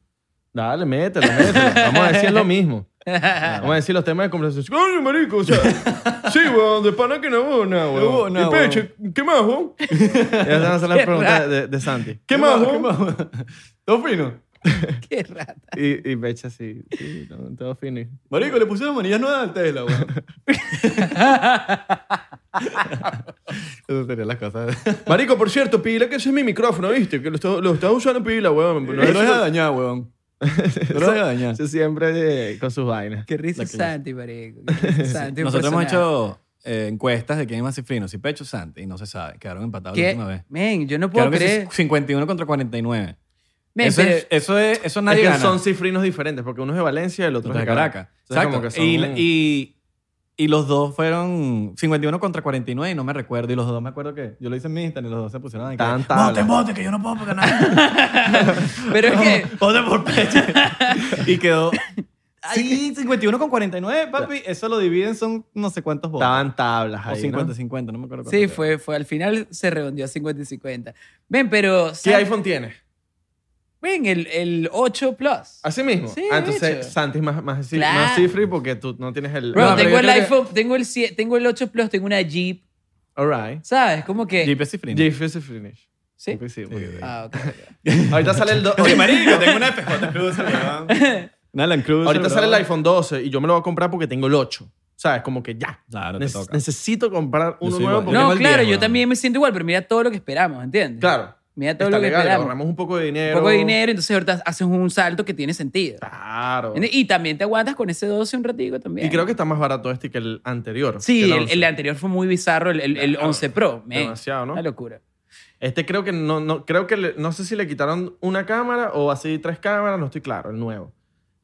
A: Dale, mételo, mételo. Vamos a decir lo *laughs* mismo. Vamos a decir los temas de conversación. ¡Ay, marico! *laughs* O sea, sí, weón, de pana que no hubo nada, weón.
B: hubo nada,
A: y Peche, ¿qué más, weón? *laughs* Ya se van a hacer las preguntas de, de Santi. ¿Qué más, weón?
B: *laughs* Todo fino.
C: *laughs* Qué rata.
A: Y, y Peche así, sí, no, todo fino.
B: Marico, le pusieron manillas nuevas al Tesla, weón. *laughs* Eso serían las cosas.
A: Marico, por cierto, pila que ese es mi micrófono, ¿viste? Que lo estás lo estás usando pila, weón.
B: No lo dejes dañar, weón. No lo dejes dañar.
A: Eso siempre eh, con sus vainas.
C: Qué risa Santi, marico. Qué
B: *laughs*
C: risa Santi, un
B: Nosotros hemos
C: personaje.
B: hecho eh, encuestas de quién es más cifrino, si Pecho o Santi, y no se sabe. Quedaron empatados la
C: ¿Qué?
B: última vez.
C: Men, yo no puedo
B: Quedaron que
C: creer.
B: sí, 51 contra 49.
C: Men,
B: eso,
C: pero-
B: es, eso, es, eso nadie
A: es que
B: gana.
A: son cifrinos diferentes, porque uno es de Valencia y el otro
B: Los
A: es
B: de Caracas.
A: Entonces,
B: Exacto.
A: como que
B: y,
A: son-
B: y, y los dos fueron 51 contra 49 y no me recuerdo. Y los dos me acuerdo que yo lo hice en mi Instagram y los dos se pusieron ahí. que,
A: Tan tabla.
B: "Voten, voten, que yo no puedo *laughs* ganar.
C: *laughs*
B: *laughs*
C: Pero es que.
B: Voten por Peche. y quedó... Sí, 51 con 49, papi. Eso lo dividen, son no sé cuántos votos.
A: Estaban tablas
B: o
A: ahí,
B: 50,
A: ¿no?
B: 50, no me acuerdo.
C: Sí,
B: cuánto
C: fue, fue. Al final se redondeó a 50 y 50. Ven, pero.
A: ¿Qué
C: Santi-
A: iPhone tienes?
C: Ven, el, el 8 Plus.
A: ¿Así mismo?
C: Sí,
A: Ah, entonces,
C: bicho.
A: Santi es más, más, ci-
C: Claro.
A: más cifri porque tú no tienes el...
C: Bro,
B: No, pero
C: tengo
B: yo
C: el
B: creo que-
C: iPhone, tengo, el, sie- tengo el 8 Plus, tengo una Jeep,
A: All right.
C: ¿sabes? Como
B: quedó.
C: que...
B: Jeep es cifrino.
A: Jeff is a finish.
C: ¿Sí?
A: Sí, muy bien.
C: Ah, ok.
A: Ahorita sale el... do-
D: *laughs*
B: Oye, marico, tengo una FJ Cruiser, weón.
D: Una Land Cruiser,
A: Ahorita
D: bro.
A: sale el iPhone 12 y yo me lo voy a comprar porque tengo el 8. ¿Sabes? Como que ya.
D: Claro, te
A: Nece-
D: toca.
A: Necesito comprar uno
D: soy
A: nuevo
D: igual.
A: porque
C: No,
A: tengo el
C: claro,
A: 10,
C: yo
A: weón.
C: también me siento igual, pero mira todo lo que esperamos, ¿entiendes?
A: Claro.
C: Mira todo
A: Está
C: lo que
A: legal,
C: esperamos.
A: ahorramos un poco de
C: Un
A: dinero.
C: poco de dinero, entonces ahorita haces un salto que tiene sentido.
A: Claro.
C: ¿Entiendes? Y también te aguantas con ese 12 un ratico también.
A: Y creo que está más barato este que el anterior. que
C: Sí, el,
A: 11.
C: el anterior fue muy bizarro, el, el, el 11 Pro. men.
A: Demasiado, ¿no?
C: Una locura.
A: Este creo que no, no creo que le- no sé si le quitaron una cámara o así tres cámaras, no estoy claro, el nuevo.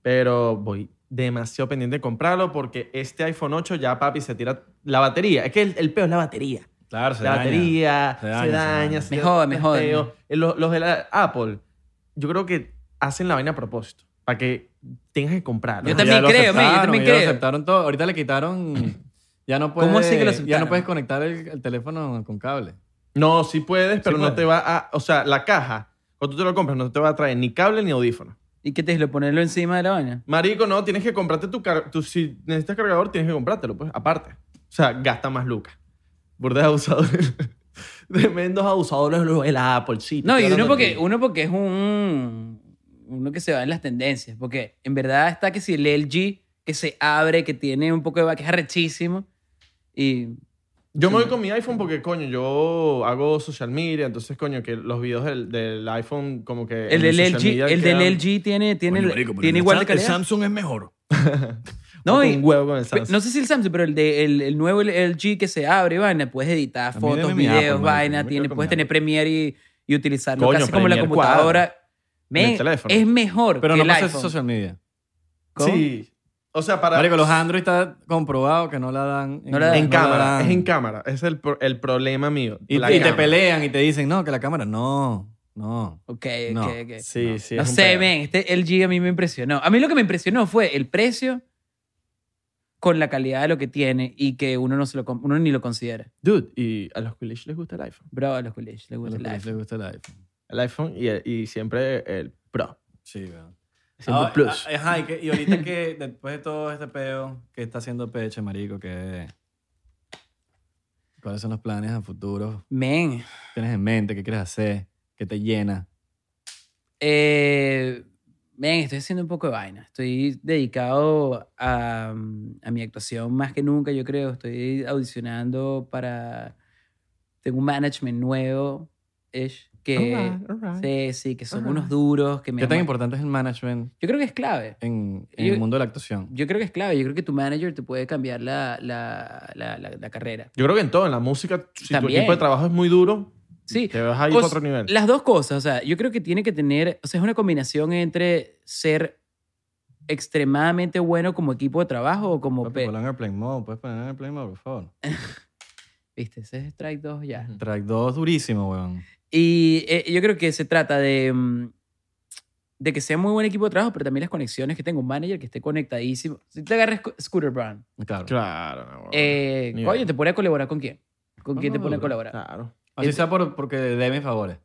A: Pero voy demasiado pendiente de comprarlo porque este iPhone 8 ya papi se tira la batería. Es que el, el peo es la batería.
D: Claro, se
A: la
D: daña.
A: batería se
D: Se daña,
A: daña, se,
D: se daña.
A: se
C: Me jode, me
A: es
C: jode.
A: feo. Eh, Los, los de la Apple, yo creo que hacen la vaina a propósito para que tengas que comprarlo.
C: Yo
B: Ya
C: también
B: lo
C: creo, men, yo
B: aceptaron,
C: también
B: ya lo
C: creo.
B: aceptaron todo. Ahorita le quitaron. Ya no puedes,
C: ¿Cómo así que lo
B: ya
C: aceptaron?
B: no puedes conectar el, el teléfono con cable.
A: No, sí puedes, pero no
B: puedes.
A: te va a, o sea, la caja cuando tú te lo compras no te va a traer ni cable ni audífono.
C: ¿Y qué te lo ponerlo encima de la vaina?
A: Marico, no, tienes que comprarte tu, car- tu- Si necesitas cargador, tienes que comprártelo, pues, aparte. O sea, gasta más lucas. Burda de abusadores. *laughs* Tremendos abusadores los de la Apple, sí. te
C: No,
A: estoy
C: y uno
A: hablando
C: porque,
A: de ti.
C: uno porque es un. Uno que se va en las tendencias. Porque en verdad está que si el LG que se abre, que tiene un poco de. va- que es arrechísimo. Y.
A: Yo me voy con mi iPhone porque, coño, yo hago social media, entonces, coño, que los videos del, del iPhone, como que.
C: El
A: en
C: del
A: social media
C: LG, el del
A: quedan
C: LG tiene, tiene,
D: Coño, marico, pero
C: tiene
D: el
C: igual
D: Sam-
C: de calidad.
D: El Samsung es
C: *laughs*
D: mejor.
C: no,
A: con
C: y-
A: un huevo con el
C: Pe-
A: Samsung.
C: No sé si el Samsung, pero el, de, el, el nuevo LG que se abre, vaina, puedes editar
D: mí
C: fotos,
D: deme mi
C: videos,
D: Apple, marico,
C: vaina,
D: yo me
C: tiene,
D: quedo con
C: puedes
D: mi
C: tener Premiere y, y utilizarlo
A: Coño,
C: casi como la
A: Premiere
C: computadora. Men,
A: En el teléfono.
C: es mejor
B: Pero
C: que
B: no
C: el
B: pasa
C: iPhone.
B: eso en social media.
C: ¿Cómo?
A: Sí. O sea, para.
B: Marico, los Android está comprobado que no la dan.
C: No la dan.
A: en
C: no
A: cámara.
B: dan.
A: es en cámara. Ese es el, pro- el problema mío.
B: Y,
A: la
B: y te
A: cámara.
B: pelean y te dicen, no, que la cámara no, no.
C: Ok,
B: No,
C: ok, ok.
A: Sí, sí.
C: no
A: es un
C: sé,
A: pedo.
C: men, este LG a mí me impresionó. A mí lo que me impresionó fue el precio con la calidad de lo que tiene y que uno no se lo com- uno ni lo considera.
A: Dude, y a los coolish les gusta el iPhone.
C: Bravo a los colegios, les gusta el iPhone.
B: Le gusta el iPhone.
A: El iPhone y, el- y siempre el Pro.
B: Sí, weón.
A: Siempre
B: Ah,
A: Plus.
B: ah, Ajá, y, que- y ahorita que después de todo este peo que está haciendo Peche, marico, que... ¿Cuáles son los planes a futuro?
C: Men,
B: tienes en mente? ¿Qué quieres hacer? ¿Qué te llena?
C: Eh, ven, estoy haciendo un poco de vaina. Estoy dedicado a, mm, a mi actuación más que nunca, yo creo. Estoy audicionando para... Tengo un management nuevo, ish,
A: ah,
C: que...
A: eh, Oh,
C: Sí, sí, que son unos duros, que me...
B: ¿Qué tan
C: aman.
B: importante es el management
C: Yo creo que es clave.
B: en, en
C: Yo-
B: el mundo de la actuación?
C: Yo creo que es clave. Yo creo que tu manager te puede cambiar la, la, la, la, la carrera.
A: Yo creo que en todo, en la música, si tu
C: También.
A: equipo de trabajo es muy duro,
C: Sí.
A: te vas a ir
C: O
A: para
C: s-
A: otro nivel.
C: Las dos cosas, o sea, yo creo que tiene que tener, o sea, es una combinación entre ser extremadamente bueno como equipo de trabajo o como...
B: Papi,
C: pe-
B: ponlo en Airplane Mode. ¿Puedes poner en Airplane Mode, por favor?
C: Viste, ese es Strike 2 ya.
B: Track 2 durísimo, weón.
C: Y eh, yo creo que se trata de, mm, de que sea muy buen equipo de trabajo, pero también las conexiones, que tenga un manager que esté conectadísimo. Si te agarras Sco- Scooter Brown,
B: Claro.
A: Claro, no, bueno.
C: eh,
A: Ni
C: coño,
A: idea.
C: ¿te pone a colaborar con quién? ¿Con
B: No,
C: quién te
B: no,
C: pone a
B: duro.
C: colaborar?
A: Claro.
B: Así
C: Ent-
B: sea por, porque de mis favores.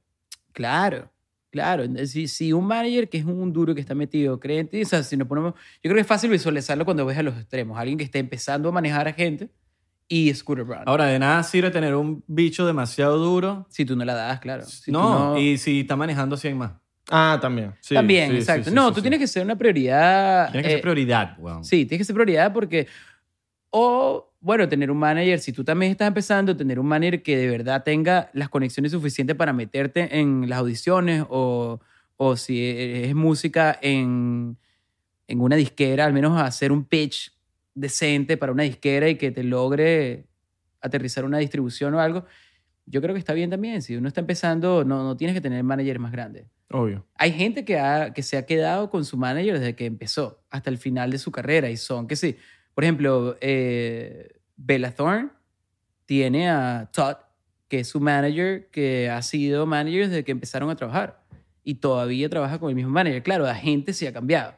C: Claro, claro. Si, si un manager que es un duro que está metido, cree en ti, o sea, si nos ponemos. Yo creo que es fácil visualizarlo cuando ves a los extremos. Alguien que está empezando a manejar a gente y Scooter Brown.
B: Ahora, de nada sirve tener un bicho demasiado duro.
C: si tú no la das, claro. Si tú
B: no, y si está manejando 100 más.
A: Ah, también. Sí,
C: También,
A: sí,
C: exacto.
A: sí, sí,
C: no,
A: sí,
C: tú
A: sí.
C: tienes que ser una prioridad.
B: Tiene que
C: eh,
B: ser prioridad, weón.
C: Sí, tienes que ser prioridad porque. O, bueno, tener un manager, si tú también estás empezando, tener un manager que de verdad tenga las conexiones suficientes para meterte en las audiciones o, o si e, es música en, en una disquera, al menos hacer un pitch decente para una disquera y que te logre aterrizar una distribución o algo. Yo creo que está bien también. Si uno está empezando, no, no tienes que tener manager más grande.
A: Obvio.
C: Hay gente que, ha- que se ha quedado con su manager desde que empezó hasta el final de su carrera y son que sí. Por ejemplo, eh, Bella Thorne tiene a Todd, que es su manager, que ha sido manager desde que empezaron a trabajar y todavía trabaja con el mismo manager. Claro, la gente se ha cambiado.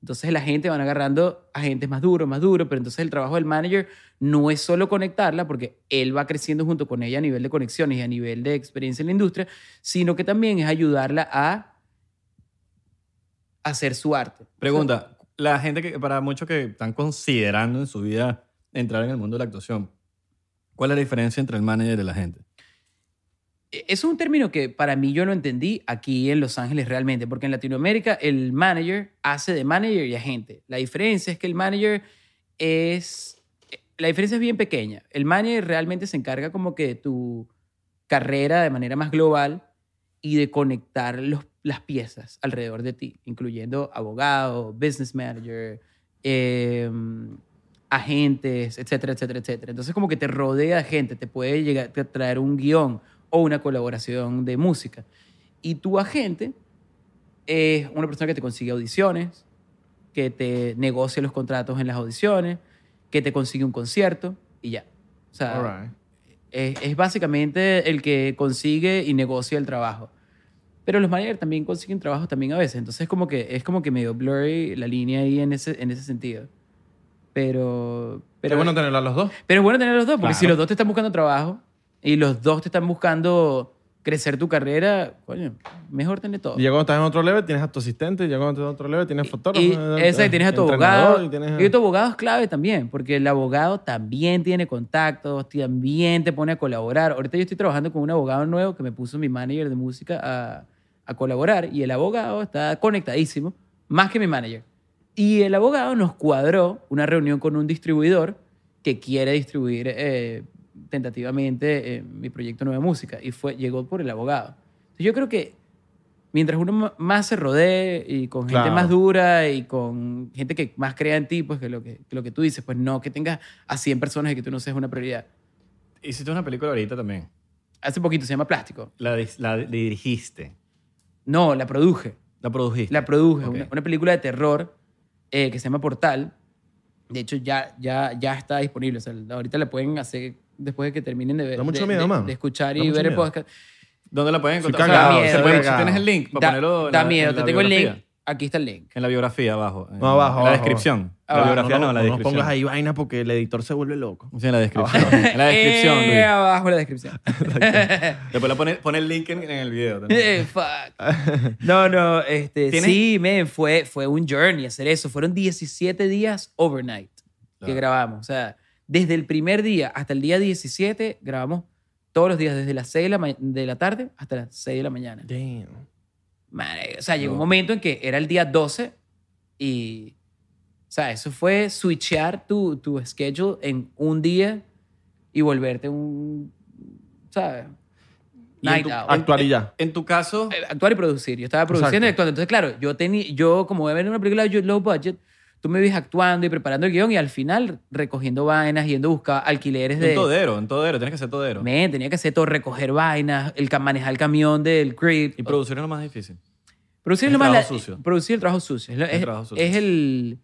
C: Entonces la gente van agarrando agentes más duros, más duros, pero entonces el trabajo del manager no es solo conectarla, porque él va creciendo junto con ella a nivel de conexiones y a nivel de experiencia en la industria, sino que también es ayudarla a hacer su arte.
B: Pregunta, la gente que, para muchos que están considerando en su vida entrar en el mundo de la actuación, ¿cuál es la diferencia entre el manager y la gente?
C: e- eso es un término que para mí yo lo entendí aquí en Los Ángeles realmente, porque en Latinoamérica el manager hace de manager y agente. La diferencia es que el manager es... eh, La diferencia es bien pequeña. El manager realmente se encarga como que de tu carrera de manera más global y de conectar los, las piezas alrededor de ti, incluyendo abogado, business manager, eh, agentes, etcétera, etcétera, etcétera. Entonces como que te rodea de gente, te puede llegar a traer un guión o una colaboración de música. Y tu agente es una persona que te consigue audiciones, que te negocia los contratos en las audiciones, que te consigue un concierto y ya. O sea,
A: All right.
C: es, es básicamente el que consigue y negocia el trabajo. Pero los managers también consiguen trabajo también a veces. Entonces es como que, es como que medio blurry la línea ahí en ese, en ese sentido. Pero,
A: Pero
C: pero,
A: bueno tenerlo a los dos.
C: pero es bueno tener los dos, porque
D: Claro.
C: si los dos te están buscando trabajo y los dos te están buscando crecer tu carrera, coño, mejor tener todo.
A: Y ya cuando estás en otro level tienes a tu asistente, y ya cuando estás en otro level tienes fotógrafo.
C: Y,
A: eh,
C: esa, y tienes a tu
A: entrenador,
C: abogado.
A: Y
C: Y,
A: tienes
C: tu abogado es clave también, porque el abogado también tiene contactos, también te pone a colaborar. Ahorita yo estoy trabajando con un abogado nuevo que me puso mi manager de música a, a colaborar y el abogado está conectadísimo, más que mi manager. Y el abogado nos cuadró una reunión con un distribuidor que quiere distribuir eh, tentativamente eh, mi proyecto Nueva Música y fue, llegó por el abogado. Entonces, yo creo que mientras uno ma- más se rodee y con
A: Claro.
C: gente más dura y con gente que más crea en ti, pues que lo que, que lo que tú dices, pues no que tengas a 100 personas y que tú no seas una prioridad.
B: Hiciste una película ahorita también.
C: Hace poquito se llama Plástico.
B: La, dis- la dirigiste.
C: No, la produje.
B: La produjiste.
C: La produje.
B: Ok.
C: Una, una película de terror eh, que se llama Portal. De hecho, ya, ya, ya está disponible. O sea, ahorita la pueden hacer después de que terminen de ver.
A: Da mucho
C: de-
A: miedo,
C: de-
A: man.
C: de escuchar
A: Da
C: y
A: mucho
C: ver el
A: miedo.
C: podcast.
B: ¿Dónde la pueden
A: Soy
B: encontrar?
A: cagado,
B: O sea,
C: soy
B: pueden- si
A: cagado.
B: tienes el link para
C: Da,
B: ponerlo. en
C: da
B: la-
C: miedo.
B: en
C: Te
B: la
C: tengo el
B: biografía.
C: link. Aquí está el link.
B: En la biografía abajo. en-
A: No, abajo,
B: En
A: abajo.
B: la descripción.
A: Ah,
B: La biografía no,
A: nos-
B: la
A: nos
B: descripción.
A: pongas ahí vaina porque el editor se vuelve loco.
B: Sí, en la descripción.
C: *laughs*
B: En la descripción,
C: Eh,
B: Luis.
C: abajo en la descripción.
B: Después la pone, pone el link en, en el video. *laughs* también.
C: *laughs* Eh, fuck. *laughs* No, no, este,
B: ¿Tienes-
C: sí, men, fue, fue un journey hacer eso. Fueron 17 días overnight que
B: Claro.
C: grabamos. O sea, desde el primer día hasta el día 17 grabamos todos los días, desde las 6 de la, ma- de la tarde hasta las 6 de la mañana.
A: Damn.
C: Madre, o sea, llegó un
B: Loco.
C: momento en que era el día 12 y, o sea, eso fue switchear tu, tu schedule en un día y volverte un, ¿sabes?
B: Y en
C: Night
B: tu-
C: out.
A: Actuar y ya.
B: En tu caso,
C: Eh, actuar y producir. Yo estaba produciendo y
A: Exacto.
C: actuando. Entonces, claro, yo tenía, yo como voy a ver una película de low budget, tú me ves actuando y preparando el guión y al final recogiendo vainas, yendo a buscar alquileres
B: en
C: de...
B: todero, en todero. Tienes que ser todero.
C: Men, tenía que hacer todo, recoger vainas, el ca- manejar el camión del crib.
B: Y producir es lo más difícil.
C: producir
B: el
C: lo más...
B: trabajo
C: la-
B: sucio.
C: Producir el trabajo sucio. Es, lo-
B: El
C: es-
B: trabajo sucio.
C: es el...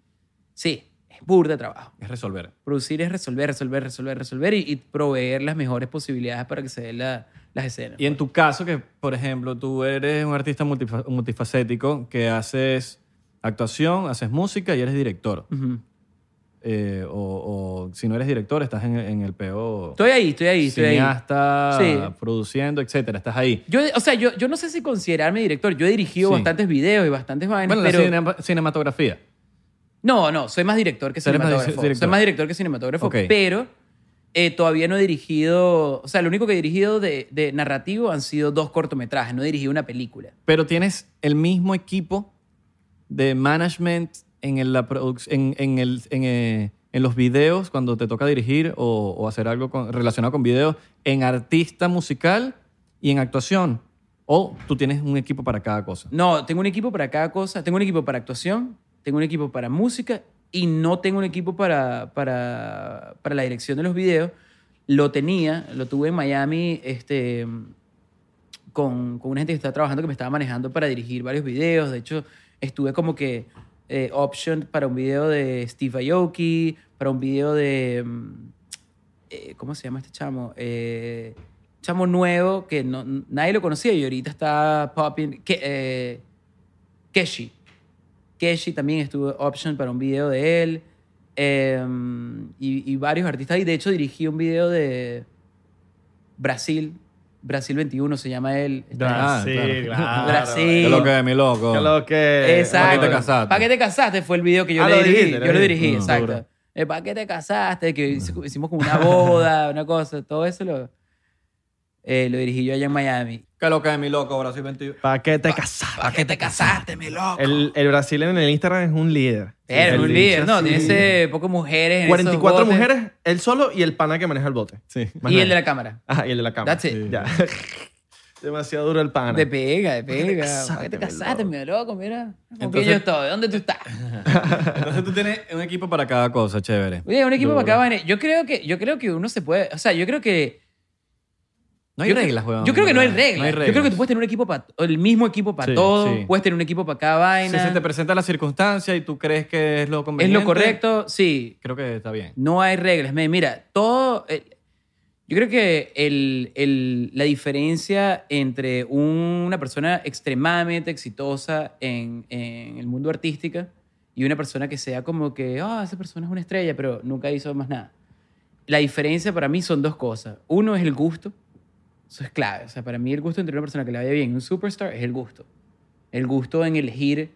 C: Sí, es burda de trabajo.
B: Es resolver.
C: Producir es resolver, resolver, resolver, resolver y, y proveer las mejores posibilidades para que se den la- las escenas.
B: Y en tu caso, que por ejemplo, tú eres un artista multifa- multifacético que haces actuación, haces música y eres director.
C: pues. Ujú.
B: Eh, o, o si no eres director, estás en, en el PO.
C: Estoy ahí, estoy ahí, estoy ahí.
B: cineasta,
C: Sí.
B: produciendo, etcétera. Estás ahí.
C: Yo, o sea, yo, yo no sé si considerarme director. Yo he dirigido
B: Sí.
C: bastantes videos y bastantes vainas,
B: Bueno,
C: pero...
B: la cinema- cinematografía.
C: No, no, soy más director que
B: Tú eres más
C: cinematógrafo.
B: di- director.
C: Soy más director que cinematógrafo,
B: Ok.
C: pero eh, todavía no he dirigido... O sea, lo único que he dirigido de, de narrativo han sido dos cortometrajes. No he dirigido una película.
B: Pero tienes el mismo equipo de management en, el- la produc- en, en el, en, eh, en los videos cuando te toca dirigir o, o hacer algo con- relacionado con videos, en artista musical y en actuación. O tú tienes un equipo para cada cosa.
C: No, tengo un equipo para cada cosa. Tengo un equipo para actuación, tengo un equipo para música y no tengo un equipo para, para, para la dirección de los videos. Lo tenía, lo tuve en Miami este, con, con una gente que estaba trabajando que me estaba manejando para dirigir varios videos. De hecho, estuve como que eh, option para un video de Steve Aoki, para un video de... mm, eh, ¿cómo se llama este chamo? Eh, chamo nuevo que no, nadie lo conocía y ahorita está popping. Ke- eh, Keshi. Keshi también estuvo option para un video de él. Em, y, y varios artistas. Y de hecho dirigí un video de Brasil. Brasil 21 se llama él. Está-
B: Ah, claro.
A: claro.
C: Brasil.
B: Qué loco de mi loco.
A: Que lo que.
B: ¿Para
C: Exacto.
B: qué te casaste?
C: ¿Para qué te casaste? Fue el video que yo
A: Ah,
C: le
A: lo
C: dirigí.
A: dijiste, lo
C: yo lo
A: dijiste.
C: dirigí,
A: Mm,
C: exacto.
A: duro.
C: Eh, *laughs* ¿Para qué te casaste? Que hic- hicimos como una boda, una cosa, todo eso lo... Eh, lo dirigí yo allá en Miami.
B: Que lo que es mi loco, ahora soy 21.
A: ¿Para qué te casas?
C: ¿Para qué te casaste, mi loco?
A: El, el brasileño en el Instagram es un líder.
C: Era
A: El
C: un
A: bicho
C: líder, ¿no?
A: así.
C: Tiene ese poco mujeres. en esos
A: 44
C: botes.
A: mujeres, él solo y el pana que maneja el bote.
D: Sí.
A: Más
C: Y
A: nadie.
C: el de la cámara.
A: Ajá, y el de la cama.
C: That's it.
A: Ya. *laughs* Demasiado duro el pana.
C: De pega, de
A: te
C: pega.
A: casaste,
C: ¿Para qué te
A: mi
C: casaste, mi loco? Mira. ¿Con quién
B: Entonces-
C: yo estoy? ¿Dónde tú estás?
B: Entonces tú tienes un equipo para cada cosa, chévere.
C: Oye, un equipo para cada vaina. Yo creo que, yo creo que uno se puede. O sea, yo creo que.
B: No hay
C: yo-
B: reglas, weón.
C: Yo creo que no hay,
B: ¿verdad?
C: reglas. Yo creo que tú puedes tener un equipo para el mismo equipo para
B: Sí,
C: todo.
B: sí.
C: Puedes tener un equipo para cada
B: Si
C: vaina.
B: se te presenta la circunstancia y tú crees que es lo
C: es
B: conveniente.
C: lo correcto, sí.
B: Creo que está bien.
C: No hay reglas. Men, Mira, todo. el- yo creo que el- el- la diferencia entre un- una persona extremadamente exitosa en, en el mundo artística y una persona que sea como que, ah, esa persona es una estrella, pero nunca hizo más nada. La diferencia para mí son dos cosas. Uno es el gusto. Eso es clave. O sea, para mí el gusto entre una persona que le vaya bien y un superstar es el gusto. El gusto en elegir.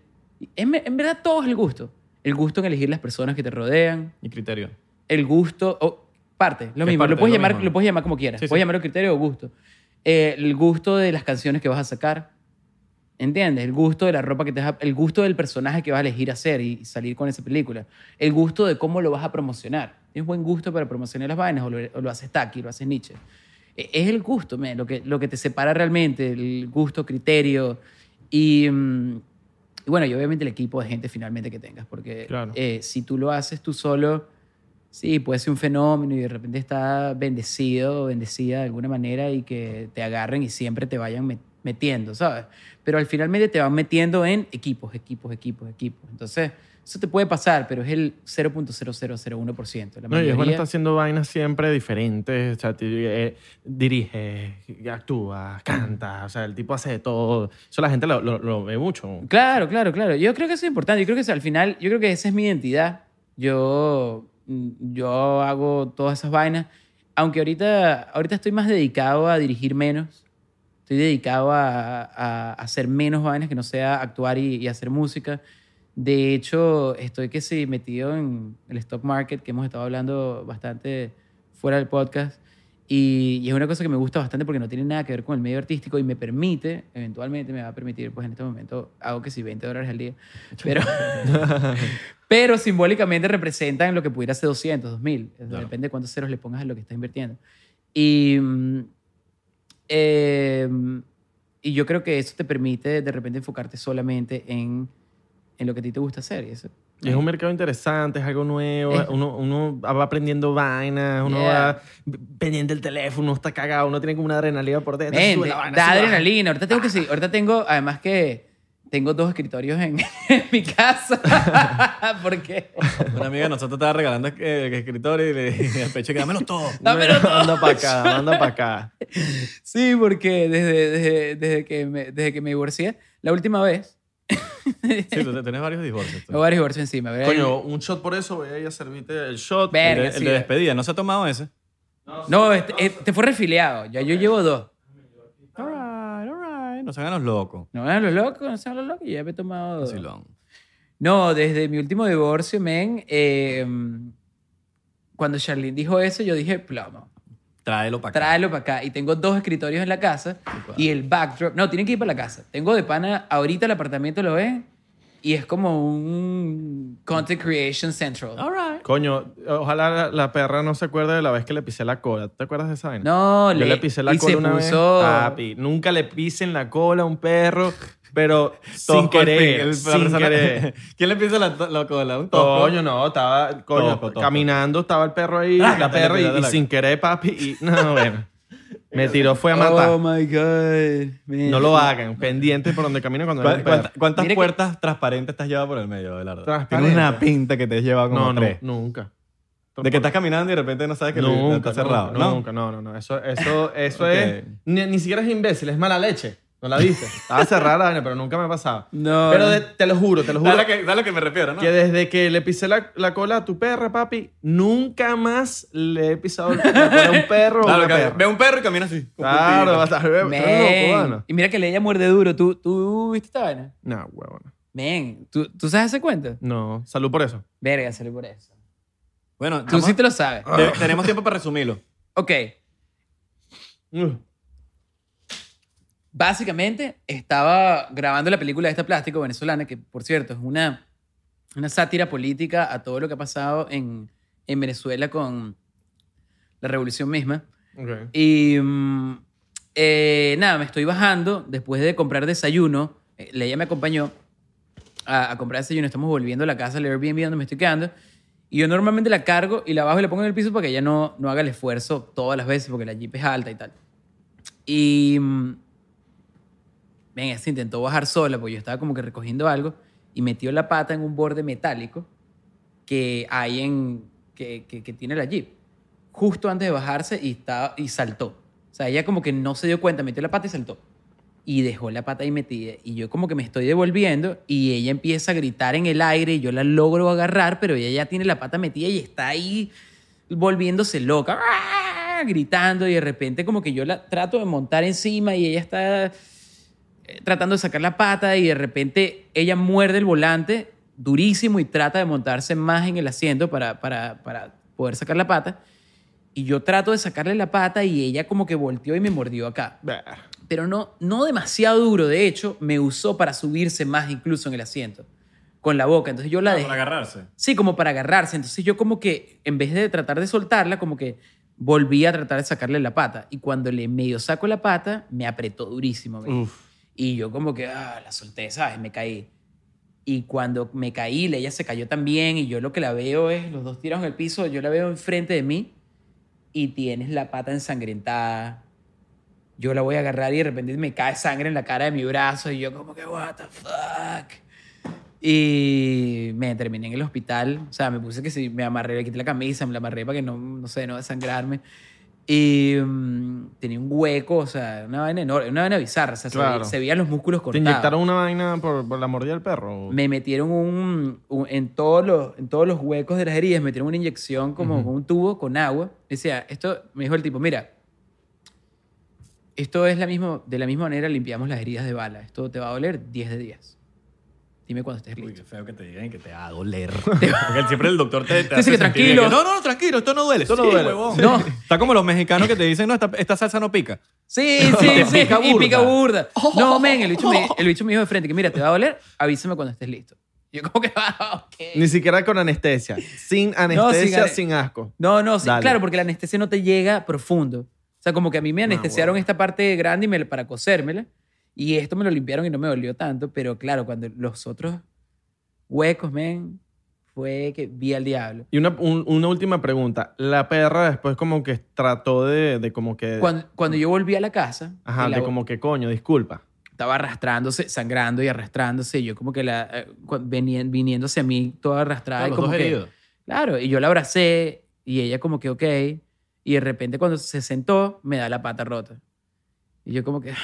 C: En, en verdad, todo es el gusto. El gusto en elegir las personas que te rodean,
B: Mi criterio.
C: el gusto o parte lo
B: Es
C: mismo
B: parte,
C: lo puedes
B: lo
C: llamar
B: mismo.
C: lo puedes llamar como quieras
B: Sí, sí.
C: puedes llamarlo criterio o gusto Eh, el gusto de las canciones que vas a sacar ¿Entiendes? El gusto de la ropa que te vas a- El gusto del personaje que vas a elegir hacer y y salir con esa película. El gusto de cómo lo vas a promocionar. ¿Tienes buen gusto para promocionar las vainas o lo, o lo haces Taki, lo haces Nietzsche? E- Es el gusto, man, lo, que, lo que te separa realmente, el gusto, criterio. Y, mm, y bueno, y obviamente el equipo de gente finalmente que tengas. Porque
A: Claro.
C: eh, si tú lo haces tú solo, sí, puede ser un fenómeno y de repente está bendecido o bendecida de alguna manera y que te agarren y siempre te vayan met- metiendo, ¿sabes? Pero al finalmente te van metiendo en equipos, equipos, equipos, equipos. Entonces, eso te puede pasar, pero es el 0.0001%.
A: No,
C: La
A: y
C: mayoría,
A: es bueno está haciendo vainas siempre diferentes. O sea, ti- eh, dirige, actúa, canta. O sea, el tipo hace de todo. Eso la gente lo, lo- lo ve mucho.
C: Claro, claro, claro. Yo creo que eso es importante. Yo creo que eso, al final, yo creo que esa es mi identidad. Yo, mm, yo hago todas esas vainas. Aunque ahorita, ahorita estoy más dedicado a dirigir menos. Estoy dedicado a, a hacer menos vainas que no sea actuar y, y hacer música. De hecho, estoy que sí, metido en el stock market, que hemos estado hablando bastante fuera del podcast. Y, y es una cosa que me gusta bastante porque no tiene nada que ver con el medio artístico y me permite, eventualmente me va a permitir, pues en este momento hago que sí, 20 dólares al día. Pero, pero simbólicamente representan lo que pudiera ser 200, 2000. Depende de cuántos ceros le pongas a lo que estás invirtiendo. Y, mm, eh, y yo creo que eso te permite de repente enfocarte solamente en, en lo que a ti te gusta hacer. Y eso.
A: Y es un mercado interesante, es algo nuevo.
C: Es-
A: Uno, uno va aprendiendo vainas, uno
C: Yeah.
A: va pendiente del teléfono, uno está cagado, uno tiene como una adrenalina por dentro.
C: Mente,
A: sube la vaina, Ah. sube
C: da
A: la vaina.
C: adrenalina. Ahorita tengo que sí. Ahorita tengo, además que tengo dos escritorios en, *laughs* en
A: *laughs*
C: mi casa. porque
B: Una amiga de nosotros estaba regalando eh, el escritorio y le *laughs* dije al pecho que dámelo todo.
A: *laughs*
C: Dámelo todo.
A: Manda para acá, manda para acá.
C: Sí, porque desde, desde, desde que me, desde que me divorcié, la última vez,
B: Sí, tú te- tienes varios divorcios. pues. tú.
C: me voy a divorcio encima. ¿verdad?
A: Coño, un shot por eso, voy a ir a servirte el shot.
B: El
C: Verga,
B: de, el
C: sí.
B: de despedida, ¿no se ha tomado ese?
C: No, este, este fue refiliado. Ya yo llevo dos.
B: Alright, alright. No se hagan los locos.
C: No sean los locos, no sean los locos. Ya me he tomado dos.
B: Vacilón.
C: No, desde mi último divorcio, men, eh, cuando Charlene dijo eso, yo dije, plomo,
B: Tráelo para acá.
C: tráelo para acá. Y tengo dos escritorios en la casa y el backdrop. No, tienen que ir para la casa. Tengo de pana, ahorita el apartamento lo ven y es como un Content Creation Central.
B: Alright.
A: Coño, ojalá la, la perra no se acuerde de la vez que le pisé la cola. ¿Tú ¿Te acuerdas de esa vaina?
C: No,
A: Yo le pisé la
C: y
A: cola
C: se
A: una
C: puso-
A: vez. Papi, nunca le pisen la cola a un perro, *laughs* pero sin
B: Tosco al
A: querer.
B: fin, el- la
A: sin *laughs*
B: persona-
A: querer.
B: *laughs* ¿Quién le pisa la, la cola? Un tosco.
A: Coño, no, estaba coño,
B: Toco, toco.
A: caminando, estaba el perro ahí,
B: Ah,
A: *laughs* la
B: dale,
A: perra, y,
B: dale,
A: y
B: dale.
A: sin querer, papi. Y, *laughs* no, bueno. Me tiró, fue a matar.
C: Oh my God. men.
A: no lo hagan, pendiente por donde camina cuando
B: ¿Cuá-
A: hay un perro.
B: cuánta- ¿Cuántas
C: Mira que-
B: puertas transparentes te has llevado por el medio, Abelardo?
A: Transparente.
B: Tiene una pinta que te has llevado como
A: No, no,
B: tres.
A: nunca.
B: De que estás caminando y de repente no sabes que el vidrio
A: Nunca,
B: está cerrado.
A: nunca,
B: ¿no?
A: nunca, no, no, no. Eso,
B: *laughs*
A: eso, eso
B: Ok.
A: es. Ni, ni siquiera es imbécil, es mala leche. No la
B: *laughs*
A: viste. Estaba cerrada la vaina, pero nunca me ha pasado.
C: No.
A: Pero de- te lo juro, te lo juro.
B: ¿Sabes a lo que, sabes a lo que me refiero, no?
A: Que desde que le pisé la, la cola a tu perra, papi, nunca más le he pisado la cola a un perro o a
B: Claro,
A: una
B: claro.
A: perra.
B: Ve un perro y camina así. con
A: Claro,
B: puntito.
A: vas a ver.
C: Men.
A: estás loco, mano.
C: Y mira que Leia muerde duro. ¿Tú, tú viste esta vaina?
A: No, huevona.
C: Men, ¿tú, ¿tú sabes ese cuento?
A: No, salud por eso.
C: Verga, salí por eso.
B: Bueno,
C: Tú
B: vamos-
C: sí te lo sabes.
B: te- tenemos tiempo para resumirlo.
C: Ok.
A: Uh,
C: Básicamente estaba grabando la película de esta plástico venezolana, que por cierto es una, una sátira política a todo lo que ha pasado en, en Venezuela con la revolución misma.
A: Ok.
C: Y mm, eh, nada, me estoy bajando después de comprar desayuno. Eh, Leia me acompañó a, a comprar desayuno. Estamos volviendo a la casa, al Airbnb donde me estoy quedando. Y yo normalmente la cargo y la bajo y la pongo en el piso para que ella no, no haga el esfuerzo todas las veces porque la Jeep es alta y tal. Y. mm, Venga, se intentó bajar sola porque yo estaba como que recogiendo algo y metió la pata en un borde metálico que hay en. que, que- que tiene la Jeep. Justo antes de bajarse y, estaba, y saltó. O sea, ella como que no se dio cuenta, metió la pata y saltó. Y dejó la pata ahí metida. Y yo como que me estoy devolviendo y ella empieza a gritar en el aire y yo la logro agarrar, pero ella ya tiene la pata metida y está ahí volviéndose loca, ¡ah! gritando y de repente como que yo la trato de montar encima y ella está eh, tratando de sacar la pata y de repente ella muerde el volante durísimo y trata de montarse más en el asiento para, para, para poder sacar la pata. Y yo trato de sacarle la pata y ella como que volteó y me mordió acá.
A: Bah.
C: Pero no, no demasiado duro, de hecho, me usó para subirse más incluso en el asiento, con la boca. Entonces yo la
B: Ah, Para
C: dejé.
B: agarrarse.
C: Sí, como para agarrarse. Entonces yo como que, en vez de tratar de soltarla, como que volví a tratar de sacarle la pata. Y cuando le medio saco la pata, me apretó durísimo. ¿ves? Y yo como que, ah, la solté, ¿sabes? Me caí. Y cuando me caí, ella se cayó también. Y yo lo que la veo es, los dos tirados en el piso, yo la veo enfrente de mí y tienes la pata ensangrentada. Yo la voy a agarrar y de repente me cae sangre en la cara de mi brazo y yo como que, what the fuck. Y me terminé en el hospital. O sea, me puse que si me amarré, le quité la camisa, me la amarré para que no, no sé, no desangrarme. Y mm, tenía un hueco, o sea, una vaina enorme, una vaina bizarra. O sea, se ve-
A: Claro.
C: se, veían los músculos
A: ¿Te
C: cortados.
A: inyectaron una vaina por, por la mordida del perro?
C: Me metieron un, un- en, todos los, en todos los huecos de las heridas, me metieron una inyección como con un tubo con agua. Decía, esto, me dijo el tipo, mira, esto es la misma, de la misma manera limpiamos las heridas de bala. Esto te va a doler 10 de 10. Dime cuando estés
B: Uy,
C: listo.
B: qué feo que te digan que te va a
C: *laughs*
B: doler. Porque siempre el doctor te, te
C: Dice
B: sentir
C: que
B: bien,
C: tranquilo.
B: que, no, no, no, tranquilo, esto no duele. Esto
A: Sí,
B: no duele.
A: huevón.
C: *laughs* No.
B: Está como los mexicanos que te dicen, no, esta, esta salsa no pica. *laughs*
C: Sí, sí, sí.
B: pica
C: y pica burda.
B: burda. Oh.
C: No, men, el bicho, me, el bicho me dijo de frente que mira, te va a doler, avísame cuando estés listo. Yo como que, *laughs* ah, ok.
A: Ni siquiera con anestesia. Sin anestesia,
C: ane-
A: sin asco.
C: No, no, sí,
A: Dale.
C: claro, porque la anestesia no te llega profundo. O sea, como que a
A: Ah,
C: mí me anestesiaron esta parte grande y me, la- para cosérmela. Y esto me lo limpiaron y no me dolió tanto. Pero claro, cuando los otros huecos, men, fue que vi al diablo.
A: Y una, un- una última pregunta. La perra después como que trató de, de como que...
C: Cuando, cuando yo volví a la casa,
A: Eh, mm. ajá,
C: y la-
A: de como que coño, disculpa.
C: estaba arrastrándose, sangrando y arrastrándose. Y yo como que la, eh, cu- venien- viniéndose a mí toda arrastrada. y
B: los
C: como
B: dos
C: que,
B: heridos.
C: Claro, y yo la abracé y ella como que ok. Y de repente cuando se sentó, me da la pata rota. Y yo como que...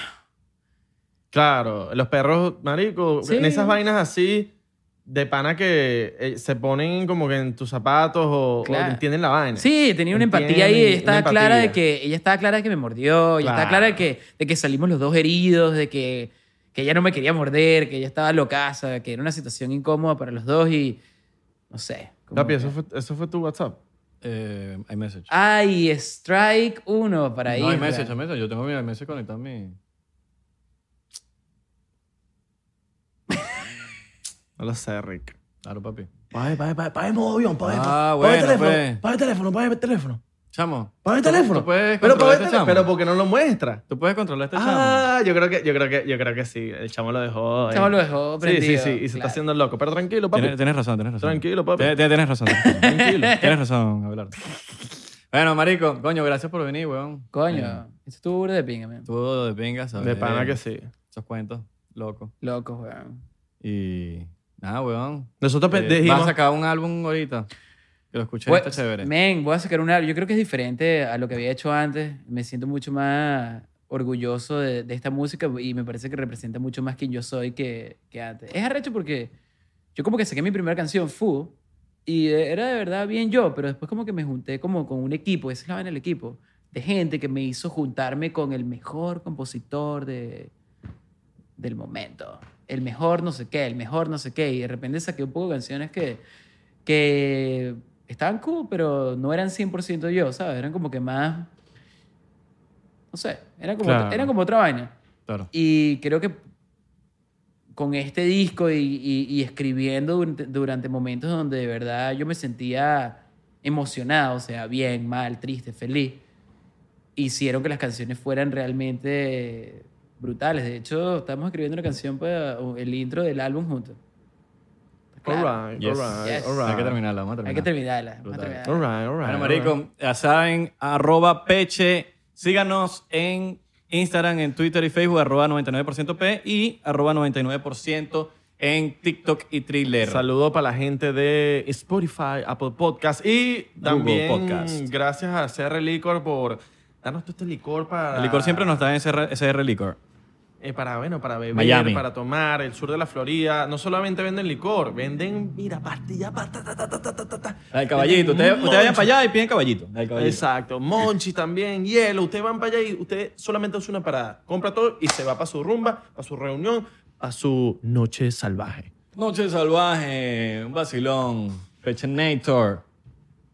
A: Claro, los perros, marico,
C: Sí.
A: en esas vainas así, de pana que eh, se ponen como que en tus zapatos o, o
C: Claro.
A: entienden la vaina.
C: Sí, tenía una empatía ahí.
A: Entienden,
C: Ella estaba
A: una
C: clara de
A: empatía.
C: que ella estaba clara de que me mordió. Ella estaba
A: Claro.
C: clara de que, de que salimos los dos heridos, de que, que ella no me quería morder, que ella estaba locaza, que era una situación incómoda para los dos y no sé. como
A: Papi,
C: que-
A: eso fue, eso fue tu WhatsApp.
B: Eh, hay message.
C: Ah, Ay, strike uno para
B: no, hay
C: ir.
B: message, hay message. Yo tengo mi message conectado a mi...
A: No lo sé, Rick.
B: Claro, papi.
E: Pague, pague, pague, pague modo avión, pague.
B: Ah,
E: pague el
B: bueno,
E: teléfono,
B: pues.
E: pague el teléfono, pague el teléfono.
B: Chamo.
E: Paga el
B: ¿tú-
E: teléfono.
B: ¿Tú puedes
A: Pero,
B: controlar
A: ¿por
B: este
A: qué-
B: chamo?
A: pero porque no lo muestra.
B: ¿Tú puedes controlar este chamo?
A: Ah, yo creo que, yo creo que, yo creo que sí. El chamo lo dejó.
C: El
A: eh.
C: chamo lo
A: Sí,
C: dejó
A: sí,
C: prendido,
A: sí. Y se
C: claro.
A: está haciendo loco. Pero tranquilo, papi.
B: Tienes, tienes razón, tienes razón.
A: Tranquilo, papi.
B: Tienes, tienes razón. Tranquilo. *laughs* Tienes razón, Abelardo. Bueno, marico, coño, gracias por venir, weón.
C: Coño, esto estuvo burda de pinga, man.
B: Todo de pingas,
A: De pana que sí.
B: Esos cuentos, loco.
C: Loco, weón.
B: Y nada, weón.
A: Nosotros pe-
B: Eh,
A: dijimos...
B: vas a sacar un álbum ahorita. Que lo escuché,
C: Voy-
B: está chévere.
C: Men, voy a sacar una. Yo creo que es diferente a lo que había hecho antes. Me siento mucho más orgulloso de, de esta música y me parece que representa mucho más quién yo soy que, que antes. Es arrecho porque yo como que saqué mi primera canción, Fu, y e, era de verdad bien yo, pero después como que me junté como con un equipo, esa es la vaina del equipo, de gente que me hizo juntarme con el mejor compositor de, del momento. El mejor no sé qué, el mejor no sé qué. Y de repente saqué un poco de canciones que, que estaban cool, pero no eran 100% yo, ¿sabes? Eran como que más... No sé, eran como,
B: Claro.
C: eran como otra vaina.
B: Claro.
C: Y creo que con este disco y, y- y escribiendo durante, durante momentos donde de verdad yo me sentía emocionado, o sea, bien, mal, triste, feliz, hicieron que las canciones fueran realmente brutales. De hecho, estamos escribiendo una canción para el intro del álbum juntos. Claro.
A: Alright,
B: Yes.
A: alright,
C: Yes.
A: alright.
B: Hay que terminarla, vamos a terminar.
C: Hay que terminarla. vamos a
B: Brutal.
C: terminarla.
A: Alright, alright.
B: Bueno,
C: eh.
B: marico, ya saben, arroba peche. Síganos en Instagram, en Twitter y Facebook, arroba 99% P y arroba 99% en TikTok y Thriller.
A: Saludo para la gente de Spotify, Apple Podcast y también
B: Podcast.
A: gracias a CR Licor por darnos todo este licor para
B: El licor siempre nos está en CR, CR Licor.
A: eh, para bueno, para beber,
B: Miami.
A: para tomar, el sur de la Florida, no solamente venden licor, venden mira pastilla, pa, ta, ta, ta, ta, ta, ta, ta.
B: El caballito. Ustedes,
A: Moncho.
B: ustedes vayan para allá y piden caballito. El caballito.
A: Exacto, Monchi también, hielo, ustedes van para allá y usted solamente hace una parada, compra todo y se va para su rumba, para su reunión, a su noche salvaje.
B: Noche salvaje, un vacilón, Pechenator.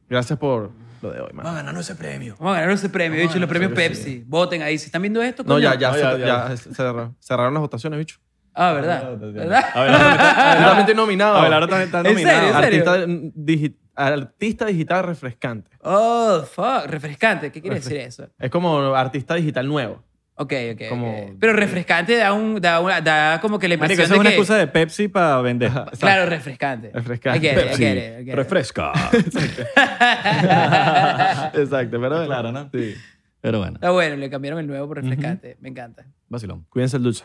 A: Gracias por lo de hoy, man.
B: Ah,
E: Va a ganar ese premio.
C: Vamos a ganar ese premio, bicho, los premios Pepsi. Voten ahí. Si están viendo esto,
A: No,
C: coño.
A: ya, ya,
B: No, ya,
A: se-
B: ya.
A: ya se- cerraron, cerraron las votaciones, bicho.
C: Ah, ¿verdad? ¿Verdad?
A: Yo también estoy nominado. Ah,
B: A ver, ahora Ah, también está
C: ¿En serio?
B: nominado.
A: Artista, digi- artista digital refrescante.
C: *laughs* Oh, fuck. Refrescante. ¿Qué quiere decir eso?
A: Es como artista digital nuevo.
C: Ok, ok.
A: Como-
C: ok. Pero refrescante da, un, da, una- da como que la
B: Marico,
C: impresión
B: esa es
C: de
B: una
C: que...
B: excusa de Pepsi para vender.
C: Claro, refrescante.
A: Refrescante.
C: I get it, I
A: Pepsi,
C: get it, I get it. *laughs*
D: Refresca.
B: *laughs*
A: Exacto, pero
B: Claro, ¿no?
A: Sí.
D: Pero bueno.
C: Está Ah, bueno, le cambiaron el nuevo por refrescante. Me encanta.
B: Vacilón.
A: Cuídense el dulce.